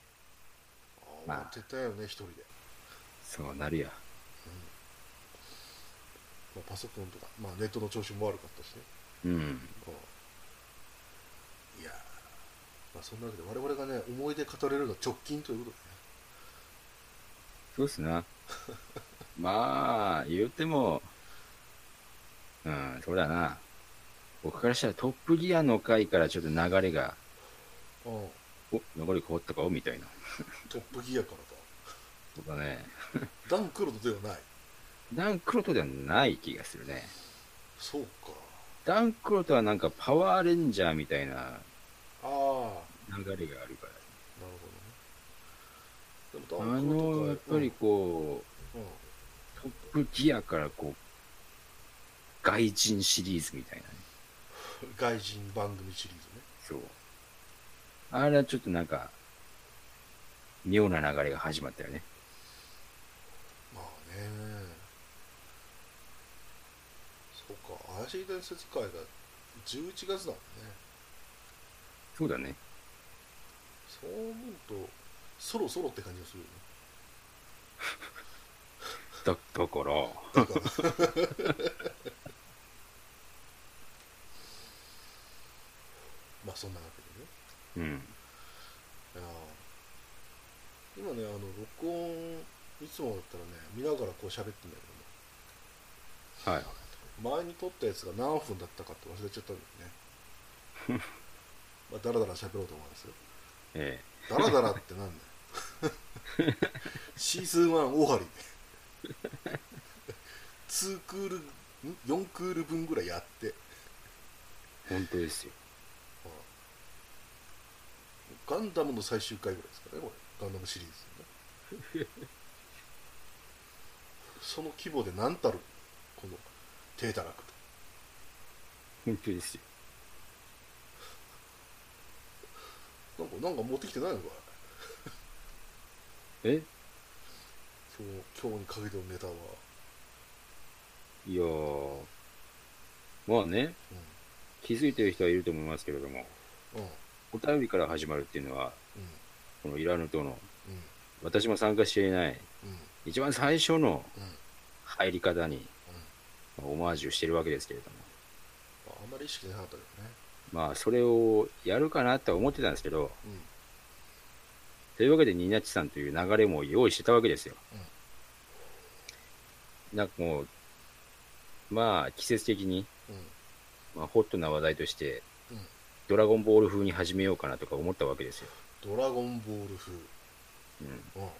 Speaker 1: あ、
Speaker 2: まあ
Speaker 1: 終わってたよね、一人で。
Speaker 2: そうなるや。
Speaker 1: まあ、パソコンとか、まあ、ネットの調子も悪かったしね。
Speaker 2: うん。
Speaker 1: いやーまあ、そんなわけで我々がね思い出語れるのは直近ということ
Speaker 2: そうっすな。 まあ、言うても、うん、そうだな。僕からしたらトップギアの回からちょっと流れが、
Speaker 1: でね、
Speaker 2: お、流れ変わったかみたいな。
Speaker 1: トップギアから
Speaker 2: そうだね。
Speaker 1: だダンクロードではない
Speaker 2: ダンクロトではない気がするね。
Speaker 1: そうか
Speaker 2: ダンクロトはなんかパワーレンジャーみたいな
Speaker 1: ああなるほ
Speaker 2: 流れがあるから。
Speaker 1: どねでも
Speaker 2: あ
Speaker 1: ダンクロード
Speaker 2: の、やっぱりこ
Speaker 1: うんうん
Speaker 2: う、トップギアからこう、外人シリーズみたいなね。
Speaker 1: 外人番組シリーズね
Speaker 2: そう。あれはちょっとなんか、妙な流れが始まったよね。
Speaker 1: まあねジー伝説会が11月だもんね。
Speaker 2: そうだね。
Speaker 1: そう思うと、そろそろって感じがするよね。
Speaker 2: だ、だか
Speaker 1: だか
Speaker 2: ら、
Speaker 1: ら。まあそんなわけでね。
Speaker 2: うん。
Speaker 1: いやー今ね、あの、録音、いつもだったらね、見ながらこう喋ってんだけ
Speaker 2: はい。
Speaker 1: どね、前に撮ったやつが何分だったかって忘れちゃったんだよね。まあ、だらだら喋ろうと思いますよ。
Speaker 2: ええ
Speaker 1: ダラダラってなんだよシーズン1終わり2クールん4クール分ぐらいやって
Speaker 2: 本当ですよ。
Speaker 1: ガンダムの最終回ぐらいですからねこれガンダムシリーズのねその規模で何たるこの低たらくと
Speaker 2: 本当ですよ。
Speaker 1: なんかなんか持ってきてないのか
Speaker 2: え
Speaker 1: 今日今日にかけてのネタは、
Speaker 2: いやー。まあね、気づいてる人はいると思いますけれども、
Speaker 1: うんうん
Speaker 2: お便りから始まるっていうのは、
Speaker 1: う
Speaker 2: このイラヌとの、
Speaker 1: ん
Speaker 2: 私も参加していない、
Speaker 1: うん
Speaker 2: 一番最初の
Speaker 1: うんうん
Speaker 2: 入り方に
Speaker 1: うん
Speaker 2: まあオマージュしてるわけですけれども、
Speaker 1: ああんまり意識なかったけどね。
Speaker 2: まあ、それをやるかなとは思ってたんですけど、
Speaker 1: うん。
Speaker 2: というわけで、ニーナッチさんという流れも用意してたわけですよ。なんかもう、まあ、季節的に、
Speaker 1: うん。
Speaker 2: まあ、ホットな話題として、
Speaker 1: うん
Speaker 2: ドラゴンボール風に始めようかなとか思ったわけですよ。
Speaker 1: ドラゴンボール風。
Speaker 2: うん、も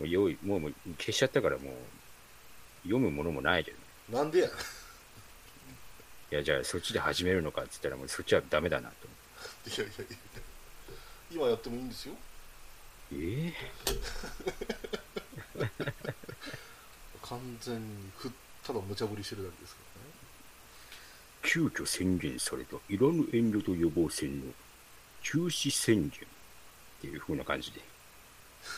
Speaker 1: うん。
Speaker 2: う用意もうもう消しちゃったから、もう、読むものもないけど、
Speaker 1: なんでやねん
Speaker 2: いや、じゃあそっちで始めるのかって言ったら、もうそっちはダメだなと思
Speaker 1: いやいやいや。今やってもいいんですよ。
Speaker 2: って。ええ
Speaker 1: 完全にふただ無茶ぶりしてるだけですからね。
Speaker 2: 急遽宣言されたいらぬ遠慮と予防線の中止宣言っていう風な感じで、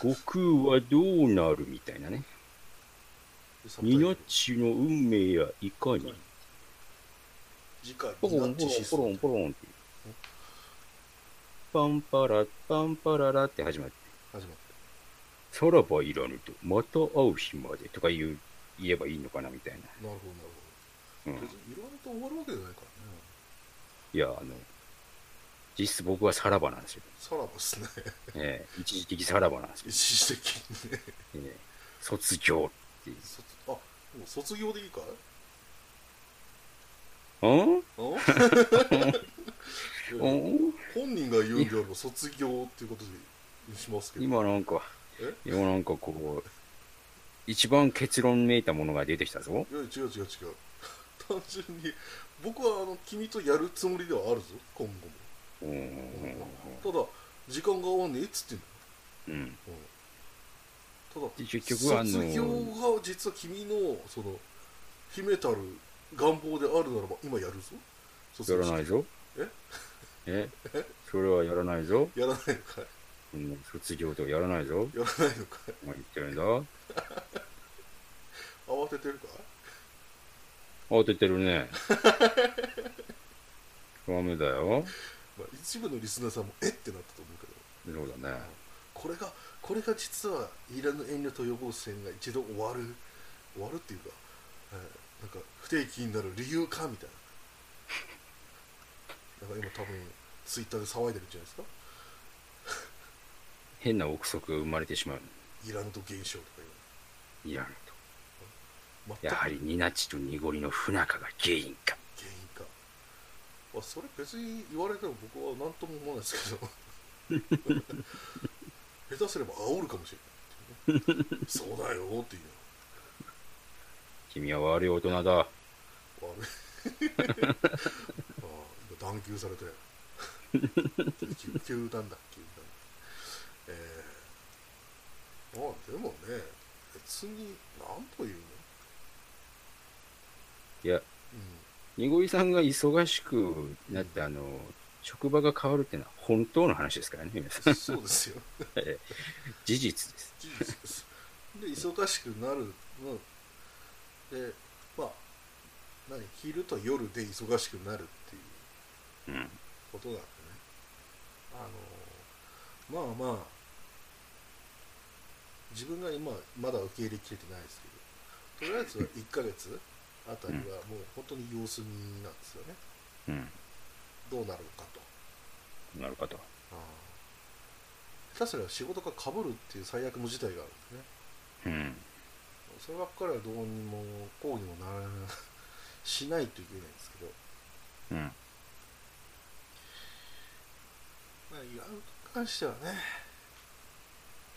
Speaker 2: 悟空はどうなるみたいなね、
Speaker 1: でサブタイ
Speaker 2: ニ
Speaker 1: ト
Speaker 2: ナッ
Speaker 1: ル
Speaker 2: チの運命やいかに、
Speaker 1: 次回
Speaker 2: ポ
Speaker 1: ニナ
Speaker 2: ロン
Speaker 1: ッ
Speaker 2: ポ
Speaker 1: チ
Speaker 2: ロン
Speaker 1: シス
Speaker 2: ポ
Speaker 1: テ
Speaker 2: ロ
Speaker 1: ム
Speaker 2: ンポロンって、パンパラ、パンパララって始まって、
Speaker 1: 始まっ
Speaker 2: さらばいらぬと、また会う日までとか言う言えばいいのかなみたいな。
Speaker 1: て。なるほ
Speaker 2: う
Speaker 1: ど、なるほど。
Speaker 2: ん
Speaker 1: 別、にいろいろと終わるわけじゃないからね。
Speaker 2: いや、あの、実質僕はさらばなんですよ。
Speaker 1: さらばですね。
Speaker 2: ええ一時的さらばなんですよ。
Speaker 1: 一時的にね。
Speaker 2: ええ卒業っていう。
Speaker 1: 卒あ、もう卒業でいいかい
Speaker 2: うん
Speaker 1: うんいやいや
Speaker 2: お
Speaker 1: 本人が言うんであれば卒業っていうことでしますけど。
Speaker 2: 今なんか
Speaker 1: え、
Speaker 2: 今なんかこう、一番結論めいたものが出てきたぞ。
Speaker 1: いや違う違う違う単純に僕はあの君とやるつもりではあるぞ今
Speaker 2: うんうん
Speaker 1: 後もただ時間が合わねえっつってん
Speaker 2: うんうん。
Speaker 1: の、うん、た
Speaker 2: で
Speaker 1: だ
Speaker 2: 結局はあの
Speaker 1: 卒業が実は君のその秘めたる願望であるならば今やるぞ卒
Speaker 2: や
Speaker 1: 業
Speaker 2: ら
Speaker 1: 式
Speaker 2: ないぞ。
Speaker 1: え
Speaker 2: えそれはやらないぞ。
Speaker 1: やらないのかい
Speaker 2: うん、卒業とかやらないぞ。
Speaker 1: やらないのかい
Speaker 2: お前言ってるんだ。
Speaker 1: 慌ててるか
Speaker 2: 慌ててるね。 ダメだよ。
Speaker 1: い、まあ、一部のリスナーさんもえってなったと思うけど
Speaker 2: そうだね。
Speaker 1: これがこれが実はいらぬ遠慮と予防線が一度終わる終わるっていうか、えーなんか不定期になる理由かみたいななんか今多分ツイッターで騒いでるんじゃないですか
Speaker 2: 変な憶測が生まれてしまう。
Speaker 1: いらぬと現象とか
Speaker 2: いや、
Speaker 1: 言う全
Speaker 2: や
Speaker 1: く
Speaker 2: はりニナチと濁りの不仲が原因か。
Speaker 1: 原因かあそれ別に言われても僕は何とも思わないですけど 下手すれば煽るかもしれないっていうねそうだよっていう
Speaker 2: 君は悪い大人だ。
Speaker 1: 悪い ああ今断球されて 球団だ球団ええまあでもね別に何というの
Speaker 2: いや、にごりさんが忙しくなって、あの、職場が変わるっていうのは本当の話ですからね、皆さ
Speaker 1: う
Speaker 2: ん。
Speaker 1: んそうですよ
Speaker 2: 事実です。
Speaker 1: 事実ですで忙しくなるのでまあ何昼と夜で忙しくなるっていう
Speaker 2: うん。
Speaker 1: ことなんでねあのまあまあ自分が今まだ受け入れきれてないですけどとりあえずは1ヶ月あたりはもう本当に様子見なんですよね
Speaker 2: うん。
Speaker 1: どうなるのかと
Speaker 2: なるかと。
Speaker 1: ああ下手すら仕事がかぶるっていう最悪の事態があるんですね
Speaker 2: うん。
Speaker 1: そればっかりはどうにもこうにもならしないといけないんですけど、
Speaker 2: うん。
Speaker 1: まあ、いわゆるに関してはね、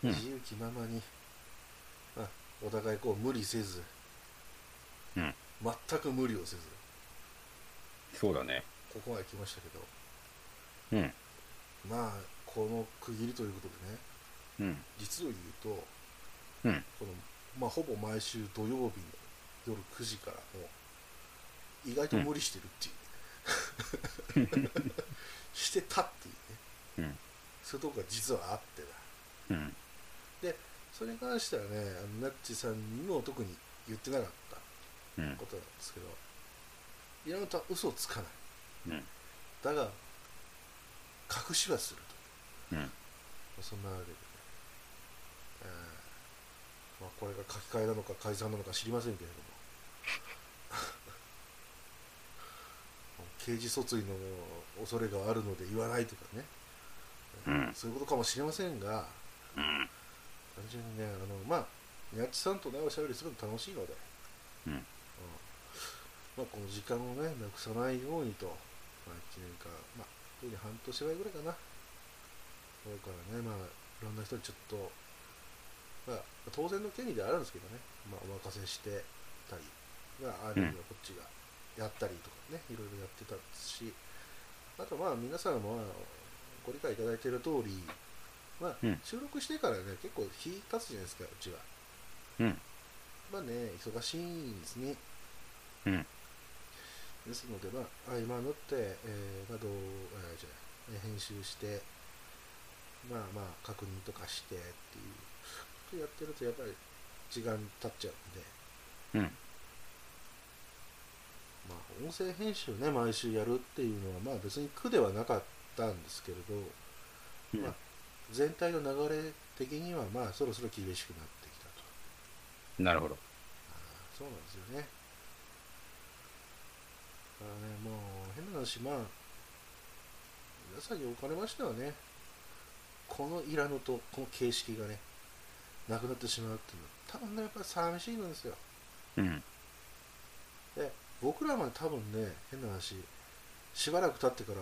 Speaker 2: うん
Speaker 1: 自由気ままに、まあ、お互いこう無理せず、
Speaker 2: うん
Speaker 1: 全く無理をせず
Speaker 2: そうだね。
Speaker 1: ここまで来ましたけど
Speaker 2: うん。
Speaker 1: まあこの区切りということでね
Speaker 2: うん。
Speaker 1: 実を言うと
Speaker 2: うん。
Speaker 1: この、まあ、ほぼ毎週土曜日の夜9時からもう意外と無理してるっていう、 してたっていうね
Speaker 2: うん。
Speaker 1: そういうとこが実はあってだ
Speaker 2: うん。
Speaker 1: それに関してはねあのナッチさんにも特に言ってなかった
Speaker 2: うん
Speaker 1: こ。となんですけど岩本は嘘をつかない
Speaker 2: うん。
Speaker 1: だが隠しはする
Speaker 2: うん。
Speaker 1: とそんなわけでね、えーまあ、これが書き換えなのか改ざんなのか知りませんけれども 刑事訴追の恐れがあるので言わないとかね、
Speaker 2: うん
Speaker 1: そういうことかもしれませんが
Speaker 2: うん。
Speaker 1: 単純にねあのまあニャッチさんとねおしゃべりするの楽しいので、
Speaker 2: うん。
Speaker 1: まあ、この時間をねなくさないようにと、まあ、1年間まあ特に半年前ぐらいかなそれからねまあいろんな人にちょっとまあ当然の権利ではあるんですけどね、まあ、お任せしてたり、まあ、あるいはこっちがやったりとかね、いろいろやってたしあとまあ皆さんもご理解いただいている通り、まあ
Speaker 2: うん、
Speaker 1: 収録してからね結構日経つじゃないですかうちは
Speaker 2: うん。
Speaker 1: まあね忙しいんですね
Speaker 2: うん。
Speaker 1: ですので、まあ、合間縫って、えー、まあ、どう、えーじゃあ、えー編集して、まあまあ、確認とかしてっていう、やってるとやっぱり時間経っちゃうんで、
Speaker 2: うん。
Speaker 1: まあ、音声編集ね、毎週やるっていうのは、まあ別に苦ではなかったんですけれど、まあ、全体の流れ的には、まあ、そろそろ厳しくなってきたと。
Speaker 2: なるほど。
Speaker 1: そうなんですよね。だからね、もう変な話、まあ、皆さんにおかれましてはね、このいらぬと、この形式がね、なくなってしまうっていうのは、多分ね、やっぱり寂しいのですよ。
Speaker 2: うん。
Speaker 1: で、僕らも多分ね、変な話、しばらく経ってから、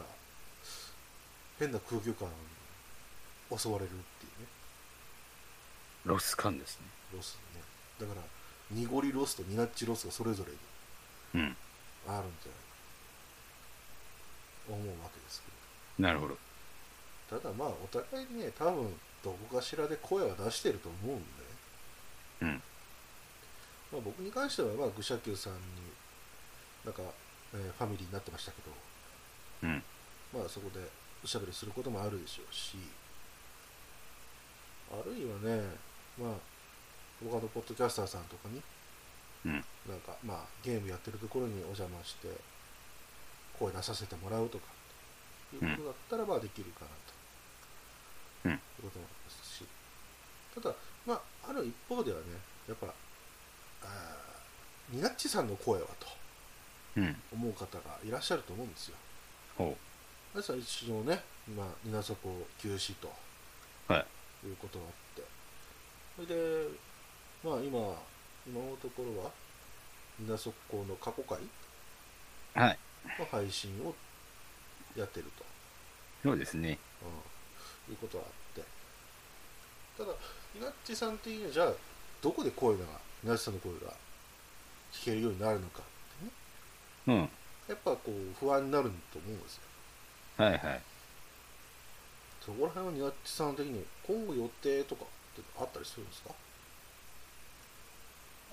Speaker 1: 変な空虚感に襲われるっていうね、
Speaker 2: ロス感ですね。
Speaker 1: ロスね。だから、濁りロスとニナッチロスがそれぞれにある
Speaker 2: うん。
Speaker 1: んじゃないかと思うわけです
Speaker 2: なるほど。
Speaker 1: けどただまあお互いね多分どこかしらで声は出してると思うんで、
Speaker 2: うん。
Speaker 1: まあ、僕に関してはまあグシャキューさんになんか、えーファミリーになってましたけ
Speaker 2: うん。
Speaker 1: どまあそこでおしゃべりすることもあるでしょうしあるいはねまあ他のポッドキャスターさんとかに
Speaker 2: うん。
Speaker 1: なんかまあゲームやってるところにお邪魔して声出させてもらうとかいうことだったらまあできるかなと、
Speaker 2: うん
Speaker 1: いうこともありますし、ただ、まあ、ある一方ではね、やっぱ、あーニナッチさんの声はと
Speaker 2: うん。
Speaker 1: 思う方がいらっしゃると思うんですよ。
Speaker 2: ほ
Speaker 1: ですから一応ね、今、ニナソコ休止と
Speaker 2: う。はい。
Speaker 1: いうことがあって、それで、まあ今、今のところは、ニナソコの過去回
Speaker 2: はい。
Speaker 1: の配信をやってると、
Speaker 2: そうですね。
Speaker 1: うん、いうことはあってただイナッチさん的にはじゃあどこで声がイナッチさんの声が聞けるようになるのかってね
Speaker 2: うん。
Speaker 1: やっぱこう不安になると思うんですよ
Speaker 2: はいはい。
Speaker 1: そこら辺はニナッチさん的に今後予定とかってあったりするんですか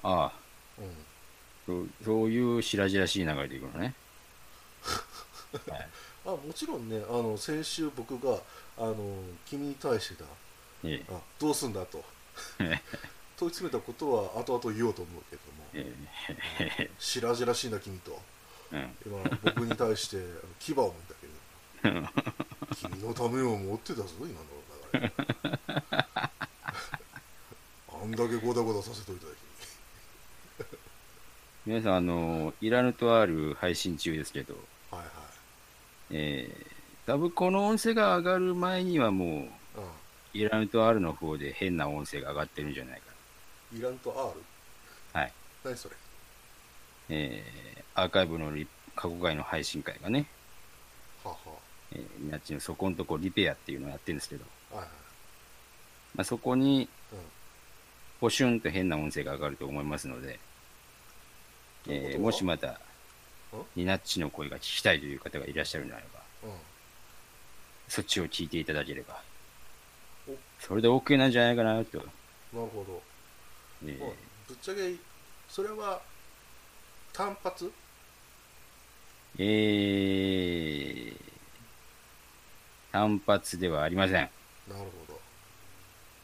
Speaker 2: ああ、
Speaker 1: うん
Speaker 2: そうそういう白々しい流れでいくのね。はい
Speaker 1: あもちろんねあの先週僕があの君に対してだ
Speaker 2: ええ
Speaker 1: あどうすんだと。問い詰めたことは後々言おうと思うけども
Speaker 2: え
Speaker 1: 白々しいな君と
Speaker 2: ー
Speaker 1: 今僕に対してあの牙を持ったけど
Speaker 2: うん。
Speaker 1: 君のためを持ってたぞ今の流れあんだけゴダゴダさせといただ
Speaker 2: 皆さん、あの、イラヌとある配信中ですけど、
Speaker 1: けにはい
Speaker 2: えー、多分この音声が上がる前にはも
Speaker 1: は
Speaker 2: う、イラヌと R の方で変な音声が上がってるんじゃないか
Speaker 1: い、うん、イランと R
Speaker 2: な。はい。
Speaker 1: 何それ
Speaker 2: えー、アーカイブのリ過去回の配信会がね、
Speaker 1: はあは
Speaker 2: えー、なっちのそこのとこリペアっていうのをやってるんですけど、
Speaker 1: あはいはい
Speaker 2: まあ、そこに
Speaker 1: うん
Speaker 2: ポシュンと変な音声が上がると思いますので、
Speaker 1: ということ
Speaker 2: えー
Speaker 1: は
Speaker 2: もしまた、ニナッチの声が聞きたいという方がいらっしゃるのであれば、
Speaker 1: う
Speaker 2: そっちを聞いていただければ
Speaker 1: お、
Speaker 2: それで OK なんじゃないかなと、
Speaker 1: んなるほど、
Speaker 2: えー
Speaker 1: まあぶっちゃけそれは単発
Speaker 2: えー単発ではありません。
Speaker 1: なるほ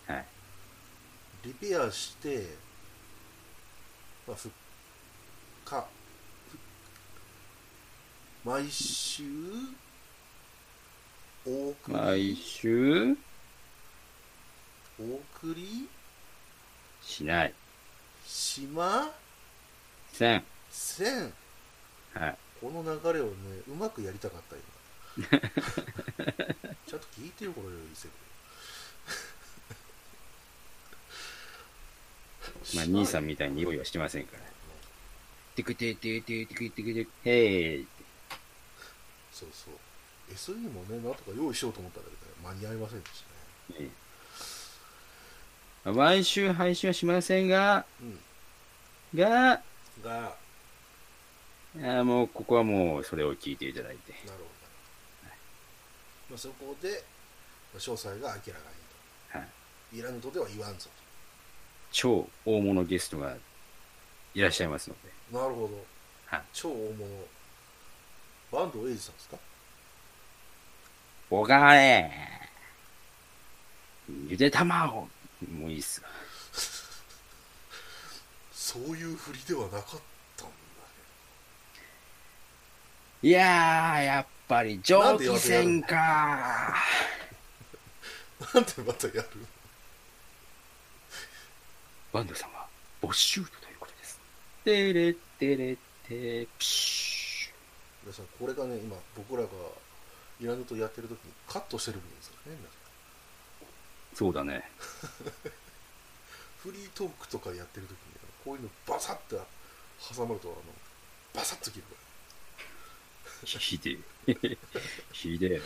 Speaker 1: ど
Speaker 2: はい。
Speaker 1: リペアして、まあ、復活毎週お送
Speaker 2: 毎
Speaker 1: り
Speaker 2: 週
Speaker 1: お送り
Speaker 2: しない。
Speaker 1: しま
Speaker 2: せん。
Speaker 1: せん
Speaker 2: はい。
Speaker 1: この流れをねうまくやりたかった 今ちゃんと聞いてよこれよりせ
Speaker 2: まあ、兄さんみたいに用意はしてませんから。てくててててくてくてくへい。
Speaker 1: そうそう SE もねなんとか用意しようと思ったんだけどね間に合いませんでし
Speaker 2: ええ毎週配信はしませんが、
Speaker 1: たね
Speaker 2: が、あ
Speaker 1: うんが
Speaker 2: ーもう、ここはもう、それを聞いていただいて。
Speaker 1: なるほど、まあ、そこでまあ詳細が明らかに
Speaker 2: はい、
Speaker 1: といらぬとでは言わんぞ
Speaker 2: 超大物ゲストがいらっしゃいますので。
Speaker 1: となるほど、
Speaker 2: はい
Speaker 1: 超大物坂東英二さんですか
Speaker 2: おかえゆで卵もういいっすわ
Speaker 1: そういうふりではなかったん
Speaker 2: いやー、やっぱり
Speaker 1: な
Speaker 2: 蒸
Speaker 1: んでや
Speaker 2: 気
Speaker 1: ってやる
Speaker 2: 船か
Speaker 1: だね なんでまたやる
Speaker 2: バンドさんはボッシュートということです。てれてれて、ピシ
Speaker 1: 皆さんこれがね今僕らがいらぬとやってる時にカットしてる部分ですよね皆さん
Speaker 2: ュそうだね。
Speaker 1: フリートークとかやってる時にこういうのバサッて挟まるとあのバサッと切るから
Speaker 2: ひでえ。 ひで
Speaker 1: だ
Speaker 2: え。
Speaker 1: っ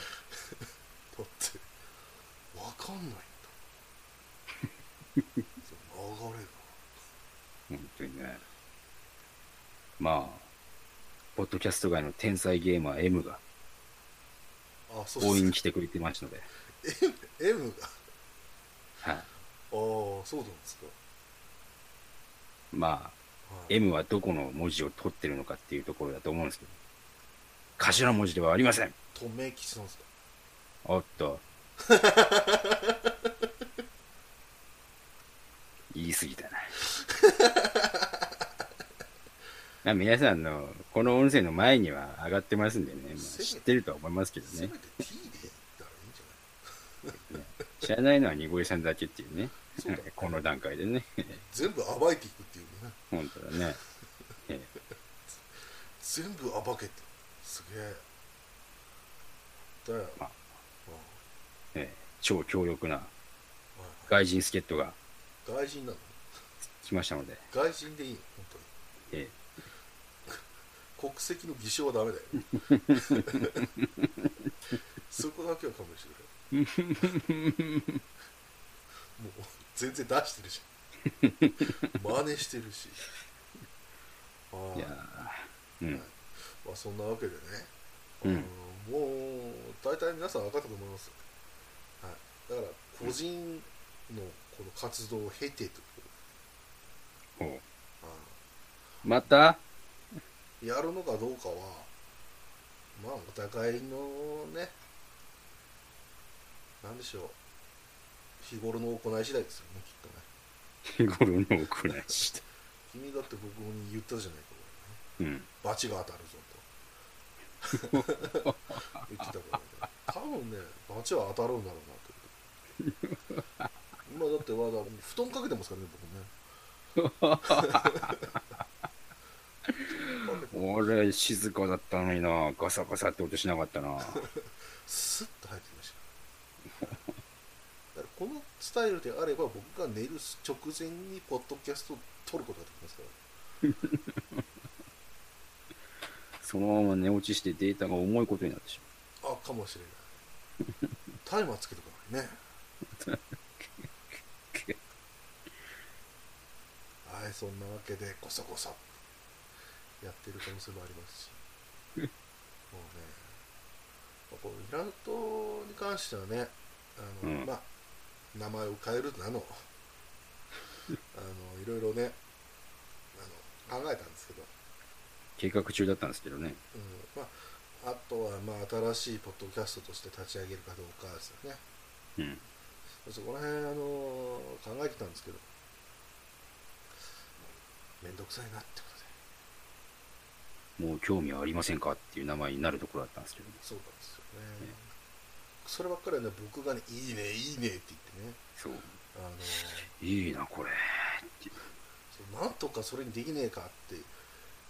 Speaker 1: てわかんないんだその流れが
Speaker 2: 本当にね。まあ、ポッドキャスト界の天才ゲーマー M が
Speaker 1: あそう
Speaker 2: 応援
Speaker 1: で
Speaker 2: に来てくれてましたので。
Speaker 1: す M, M があ
Speaker 2: はい。
Speaker 1: あーそうなんですか、
Speaker 2: まあ、
Speaker 1: はい、
Speaker 2: M はどこの文字を取ってるのかっていうところだと思うんですけど、頭文字ではありません。
Speaker 1: とめきさんですか
Speaker 2: おっ と。言い過ぎたな。 まあ皆さんの、この音声の前には上がってますんでね、まあ、知ってるとは思いますけど
Speaker 1: せ
Speaker 2: ね
Speaker 1: め。て T でいったらいいんじ
Speaker 2: 知らないのは濁りさんだけっていうね
Speaker 1: そうだね。
Speaker 2: この段階でね。
Speaker 1: ゃない全部暴いていくっていうね
Speaker 2: 本当だね。ええ
Speaker 1: 全部暴けてすげえだよ、
Speaker 2: まあ
Speaker 1: う
Speaker 2: ええ超強力なん
Speaker 1: はい
Speaker 2: 外人助っ人が
Speaker 1: 外人なの
Speaker 2: 来ましたので、
Speaker 1: 外人でいいの本当に
Speaker 2: え
Speaker 1: 国籍の偽証はダメだよそこだけは勘弁してくれもう全然出してるし真似してるし
Speaker 2: えいや
Speaker 1: あ
Speaker 2: ー
Speaker 1: あ、
Speaker 2: うん。
Speaker 1: まあ、そんなわけでね、
Speaker 2: うん
Speaker 1: あのもう大体皆さん分かったと思います、はい、だから個人のこの活動を経てという
Speaker 2: おう
Speaker 1: ああ
Speaker 2: また、
Speaker 1: やるのかどうかはまあお互いのねなんでしょう日頃の行い次第ですよねきっとね
Speaker 2: 日頃の行いした。
Speaker 1: 君だって僕に言ったじゃないか
Speaker 2: うん。
Speaker 1: 俺バチが当たるぞと言ってたからね多分ねバチは当たるんだろうなって今だってわざ布団かけてますからね僕ね
Speaker 2: 俺、静かだったのにな、ガサガサって音しなかったな。
Speaker 1: スッと入ってきましただからこのスタイルであれば僕が寝る直前にポッドキャストを撮ることができますから
Speaker 2: そのまま寝落ちしてデータが重いことになってし
Speaker 1: あかもしれないタイマーつけとか ないねはいそんなわけでこそこそやってる可能性もありますしもうねまあこのイラウトに関してはねあの、
Speaker 2: うん
Speaker 1: まあ名前を変えるな のあのいろいろねあの考えたんですけど
Speaker 2: 計画中だったんですけどね。
Speaker 1: うんまあ、あとはまあ新しいポッドキャストとして立ち上げるかどうかですよね。
Speaker 2: うん。
Speaker 1: そこら辺、あの考えてたんですけど、めんどくさいなってことで、
Speaker 2: もう興味はありませんかっていう名前になるところだったんですけどね。
Speaker 1: そうなんですよね。そればっかりはね、僕がね、いいね、いいねって言ってね、
Speaker 2: そう。
Speaker 1: あの
Speaker 2: いいな、これ。
Speaker 1: そうなんとかそれにできねえかって、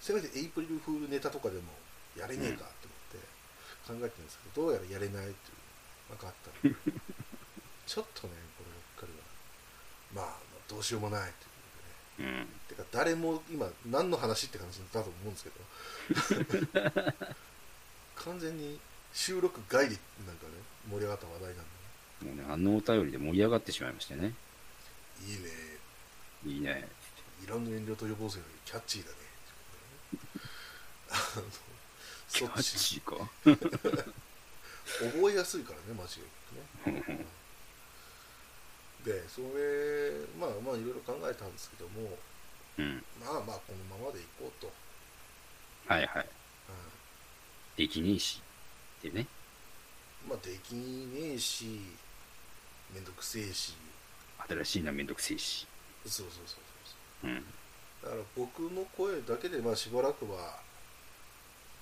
Speaker 1: せめてエイプリルフールネタとかでもやれねえかって思って考えてるんですけど、どうやらやれないっていうのがあったので、ちょっとね、こればっかりは、まあ、どうしようもないっていうことでね。
Speaker 2: うん。
Speaker 1: てか誰も今何の話って話だと思うんですけど完全に収録外でなんかね盛り上がった話題なんでね
Speaker 2: もうね、あのお便りで盛り上がってしまいましてね。
Speaker 1: いいね
Speaker 2: いいね。
Speaker 1: いらんの遠慮と予防線よりキャッチーだねってことでね
Speaker 2: キャ
Speaker 1: あのそっ
Speaker 2: ッ
Speaker 1: ち
Speaker 2: チーか。
Speaker 1: 覚えやすいからね間違いなくねでそれまあまあいろいろ考えたんですけども
Speaker 2: うん。
Speaker 1: まあまあこのままでいこうと、
Speaker 2: はいはい。
Speaker 1: うん
Speaker 2: できねえし。ってね。
Speaker 1: まあできねえしめんどくせえし
Speaker 2: 新しいな、めんどくせえし。
Speaker 1: そうそうそうそう
Speaker 2: うん。
Speaker 1: そうだから僕の声だけでまあしばらくは、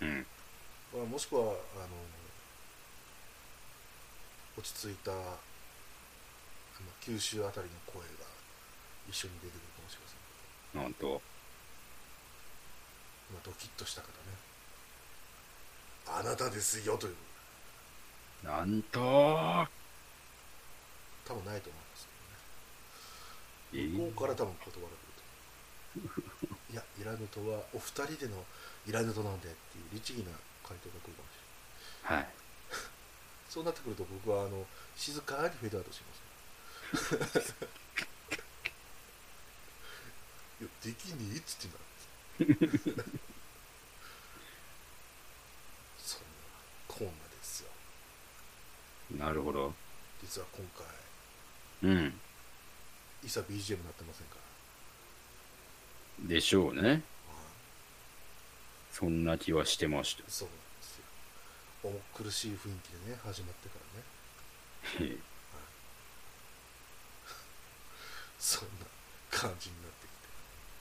Speaker 2: うん。
Speaker 1: まあ、もしくはあの落ち着いたあの九州あたりの声が一緒に出てくるかもしれません
Speaker 2: なんと。
Speaker 1: まあドキッとした方ねあなたですよという
Speaker 2: なんと。
Speaker 1: 多分ないと思いますけど
Speaker 2: え
Speaker 1: ね向
Speaker 2: ー
Speaker 1: こうから多分断られると思ういやイラヌトはお二人でのイラヌトなんでっていう律儀な回答が来るかもしれない
Speaker 2: はい。
Speaker 1: そうなってくると僕はあの静かにフェードアウトします。いやできねえっつってんだ。そんなこんなですよ。
Speaker 2: なるほど。
Speaker 1: 実は今回
Speaker 2: うん。
Speaker 1: いさ BGM になってませんから。
Speaker 2: でしょうね。
Speaker 1: はい
Speaker 2: そんな気はしてました。
Speaker 1: そうなんですよ。重苦しい雰囲気でね始まってからね。
Speaker 2: へえ
Speaker 1: そんな感じになってきて。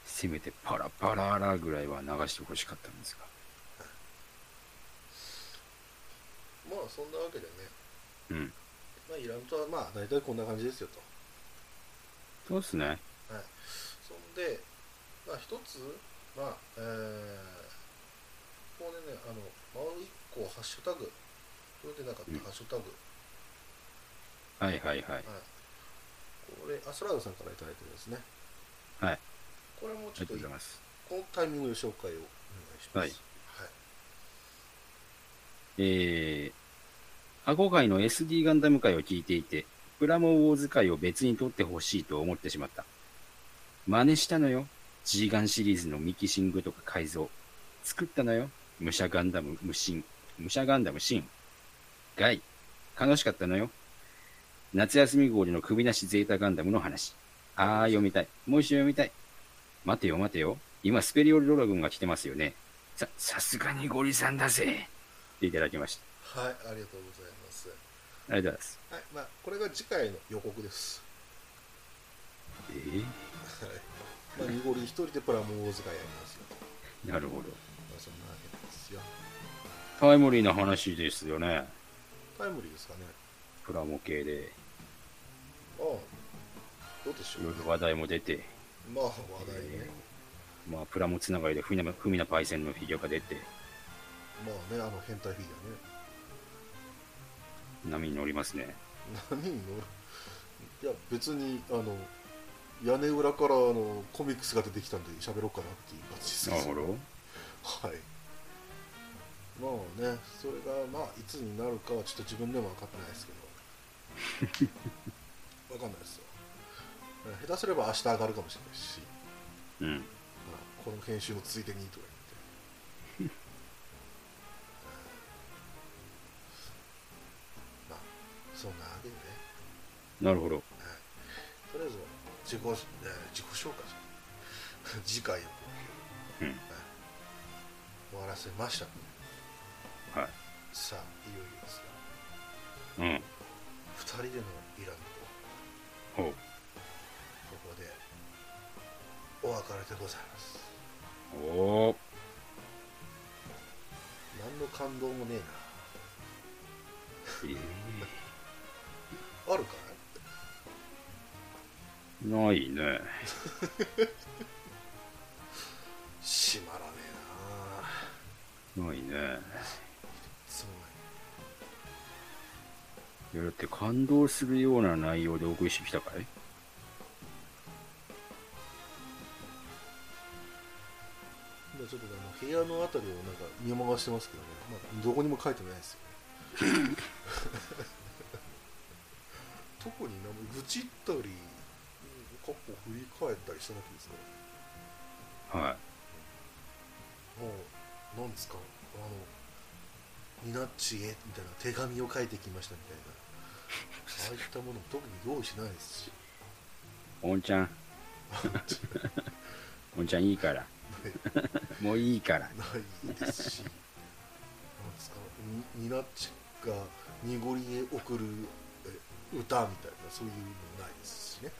Speaker 2: せめてパラパララぐらいは流してほしかったんですが。
Speaker 1: まあそんなわけでね、
Speaker 2: うん。
Speaker 1: まあイランとはまあ大体こんな感じですよと。
Speaker 2: そうですね。
Speaker 1: そんで、まあ、一つ、まあ、えー、ここでね、あの、もう一個、ハッシュタグ、取れてなかった、
Speaker 2: うん
Speaker 1: ハッシュタグ、
Speaker 2: はいはいはい。
Speaker 1: はい。これ、アスラードさんからいただいてるんですね。
Speaker 2: はい。
Speaker 1: これも
Speaker 2: あ
Speaker 1: ちょっと
Speaker 2: りがとうございます。
Speaker 1: このタイミングで紹介をお願いします。
Speaker 2: はい
Speaker 1: はい。
Speaker 2: えー、アゴ界の SD ガンダム界を聞いていて、プラモウォーズ界を別に取ってほしいと思ってしまった。真似したのよ。G ガンシリーズのミキシングとか改造。作ったのよ。武者ガンダム無心。武者ガンダムシン。ガイ。楽しかったのよ。夏休み号での首なしゼータガンダムの話。あー、読みたい。もう一度読みたい。待てよ待てよ。今、スペリオルドラゴンが来てますよね。さ、さすがにゴリさんだぜ。っていただきました。
Speaker 1: はい、ありがとうございます。
Speaker 2: ありがとうございます。
Speaker 1: はい、まあ、これが次回の予告です。
Speaker 2: えー
Speaker 1: まあ、ニゴリ一人でプラモ大塚やりますよ。
Speaker 2: なるほど。
Speaker 1: まあ、そんなわけなんですよ。
Speaker 2: タイムリーな話ですよね。
Speaker 1: タイムリーですかね。
Speaker 2: プラモ系で、
Speaker 1: ああ、どうでし
Speaker 2: い
Speaker 1: ょう、
Speaker 2: ろい
Speaker 1: ね。
Speaker 2: ろ話題も出て、
Speaker 1: まあ、話題ね。
Speaker 2: まあ、プラモつながりでふみな、ふみなパイセンのフィギュアが出て、
Speaker 1: まあね、あの変態フィギ
Speaker 2: 波に乗りますね。
Speaker 1: ュアね。何のいや、別に、あの、屋根裏からあのコミックスが出てきたんで喋ろうかなっていう感じです
Speaker 2: なるほど。
Speaker 1: はい。まあね、それが、まあ、いつになるかはちょっと自分でも分かってないですけ ど。分かんないですよ。下手すれば明日上がるかもしれないし、
Speaker 2: うん。
Speaker 1: まあこの編集のついでにとか言って。まあ、そんなわけでね。
Speaker 2: なるほど。
Speaker 1: はいとりあえず、自己、えー自己紹介じゃん次回を
Speaker 2: うん。
Speaker 1: 終わらせましたので。
Speaker 2: は
Speaker 1: さあ、いよいよですよ。
Speaker 2: い。うん。
Speaker 1: 2人でのイランと
Speaker 2: ほう。
Speaker 1: ここでお別れでございます
Speaker 2: おー
Speaker 1: 何の感動もねえ
Speaker 2: え
Speaker 1: なあるか
Speaker 2: ーないね。
Speaker 1: い閉まらねえな
Speaker 2: ないね。
Speaker 1: すごい
Speaker 2: いやだって感動するような内容でお送りしてきたかい
Speaker 1: 今ちょっとあの部屋のあたりをなんか見回してますけどね、まあ、どこにも書いてないですよ特に何も愚痴ったり過去振り返ったりしたわけですから
Speaker 2: は
Speaker 1: もうなんですかあのニナッチへみたいな手紙を書いてきましたみたいなああいったもの特に用意しないですし
Speaker 2: い。おんちゃん、 おんちゃんいいから。もういいか
Speaker 1: な
Speaker 2: ら。
Speaker 1: いですしなんですかニニナッチが濁りへ送るえ歌みたいなそういうのないですしね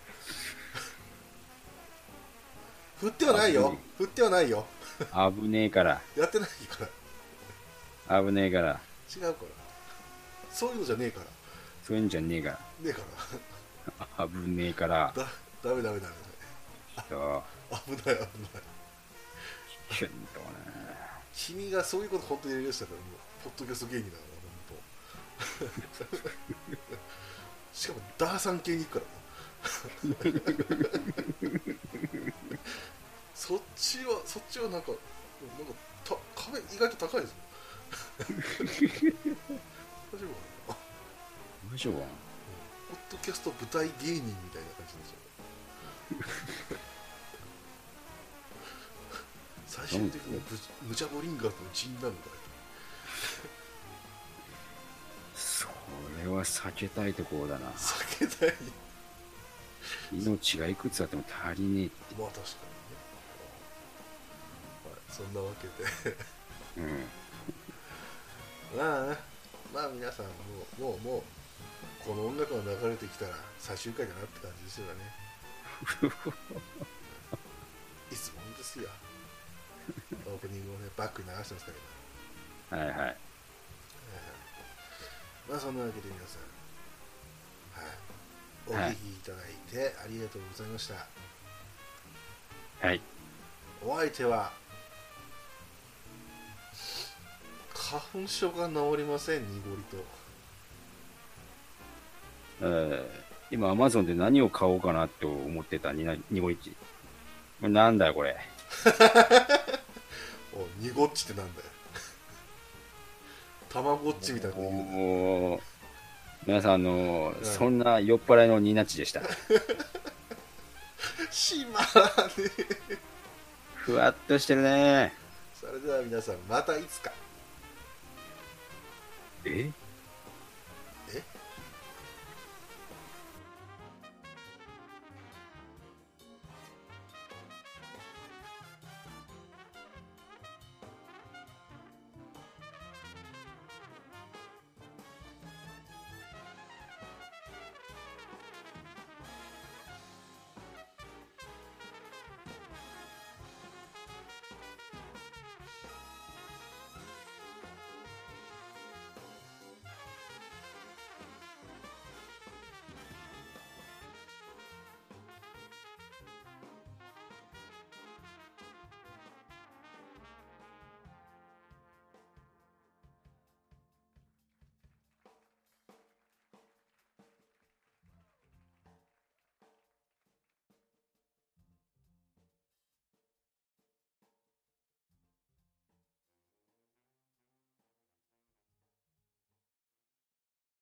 Speaker 1: 振ってはないよ振ってはないよ
Speaker 2: 危ねえから。
Speaker 1: やってないから
Speaker 2: 危ねえから。
Speaker 1: 違うからそういうのじゃねえから
Speaker 2: そういうんじゃねえか
Speaker 1: ねえから
Speaker 2: ら。危ねえから。
Speaker 1: だダメダメダメ
Speaker 2: ひど
Speaker 1: ダメ危ない危ない
Speaker 2: い。ひどいね。
Speaker 1: 君がそういうこと本当にやりだしたからもうポッドキャスト芸人だから本当 しかもダーさん系に行くからな そっちはそっちはなんかなんかた壁意外と高いですよ大丈夫かな
Speaker 2: 大丈夫かな
Speaker 1: ポッドキャスト舞台芸人みたいな感じですよ最終的にはぶムチャボリンガーとの陣なのか
Speaker 2: それは避けたいところだな。
Speaker 1: 避けたい
Speaker 2: 命がいくつあっても足りね
Speaker 1: まあ確かにねはいそんなわけで
Speaker 2: え。うん。
Speaker 1: まあねまあ皆さんもうもうもうこの音楽が流れてきたら最終回だなって感じですよねいつもんですよオープニングをねバックに流してますからね
Speaker 2: はいはい。
Speaker 1: まあそんなわけで皆さん、はい、お聞きいただいてありがとうございました。
Speaker 2: はい。
Speaker 1: お相手は花粉症が治りません、濁りと。
Speaker 2: えー今、アマゾンで何を買おうかなと思ってたにな251。これなんだよ、これ。
Speaker 1: お濁っちってなんだよ。たまごっちみたいなこと言うな
Speaker 2: おー皆さん、あのー
Speaker 1: ん
Speaker 2: そんな酔っ払いのニナッチでした。
Speaker 1: しまらねえ。
Speaker 2: ふわっとしてるね
Speaker 1: それでは皆さん、またいつか。
Speaker 2: え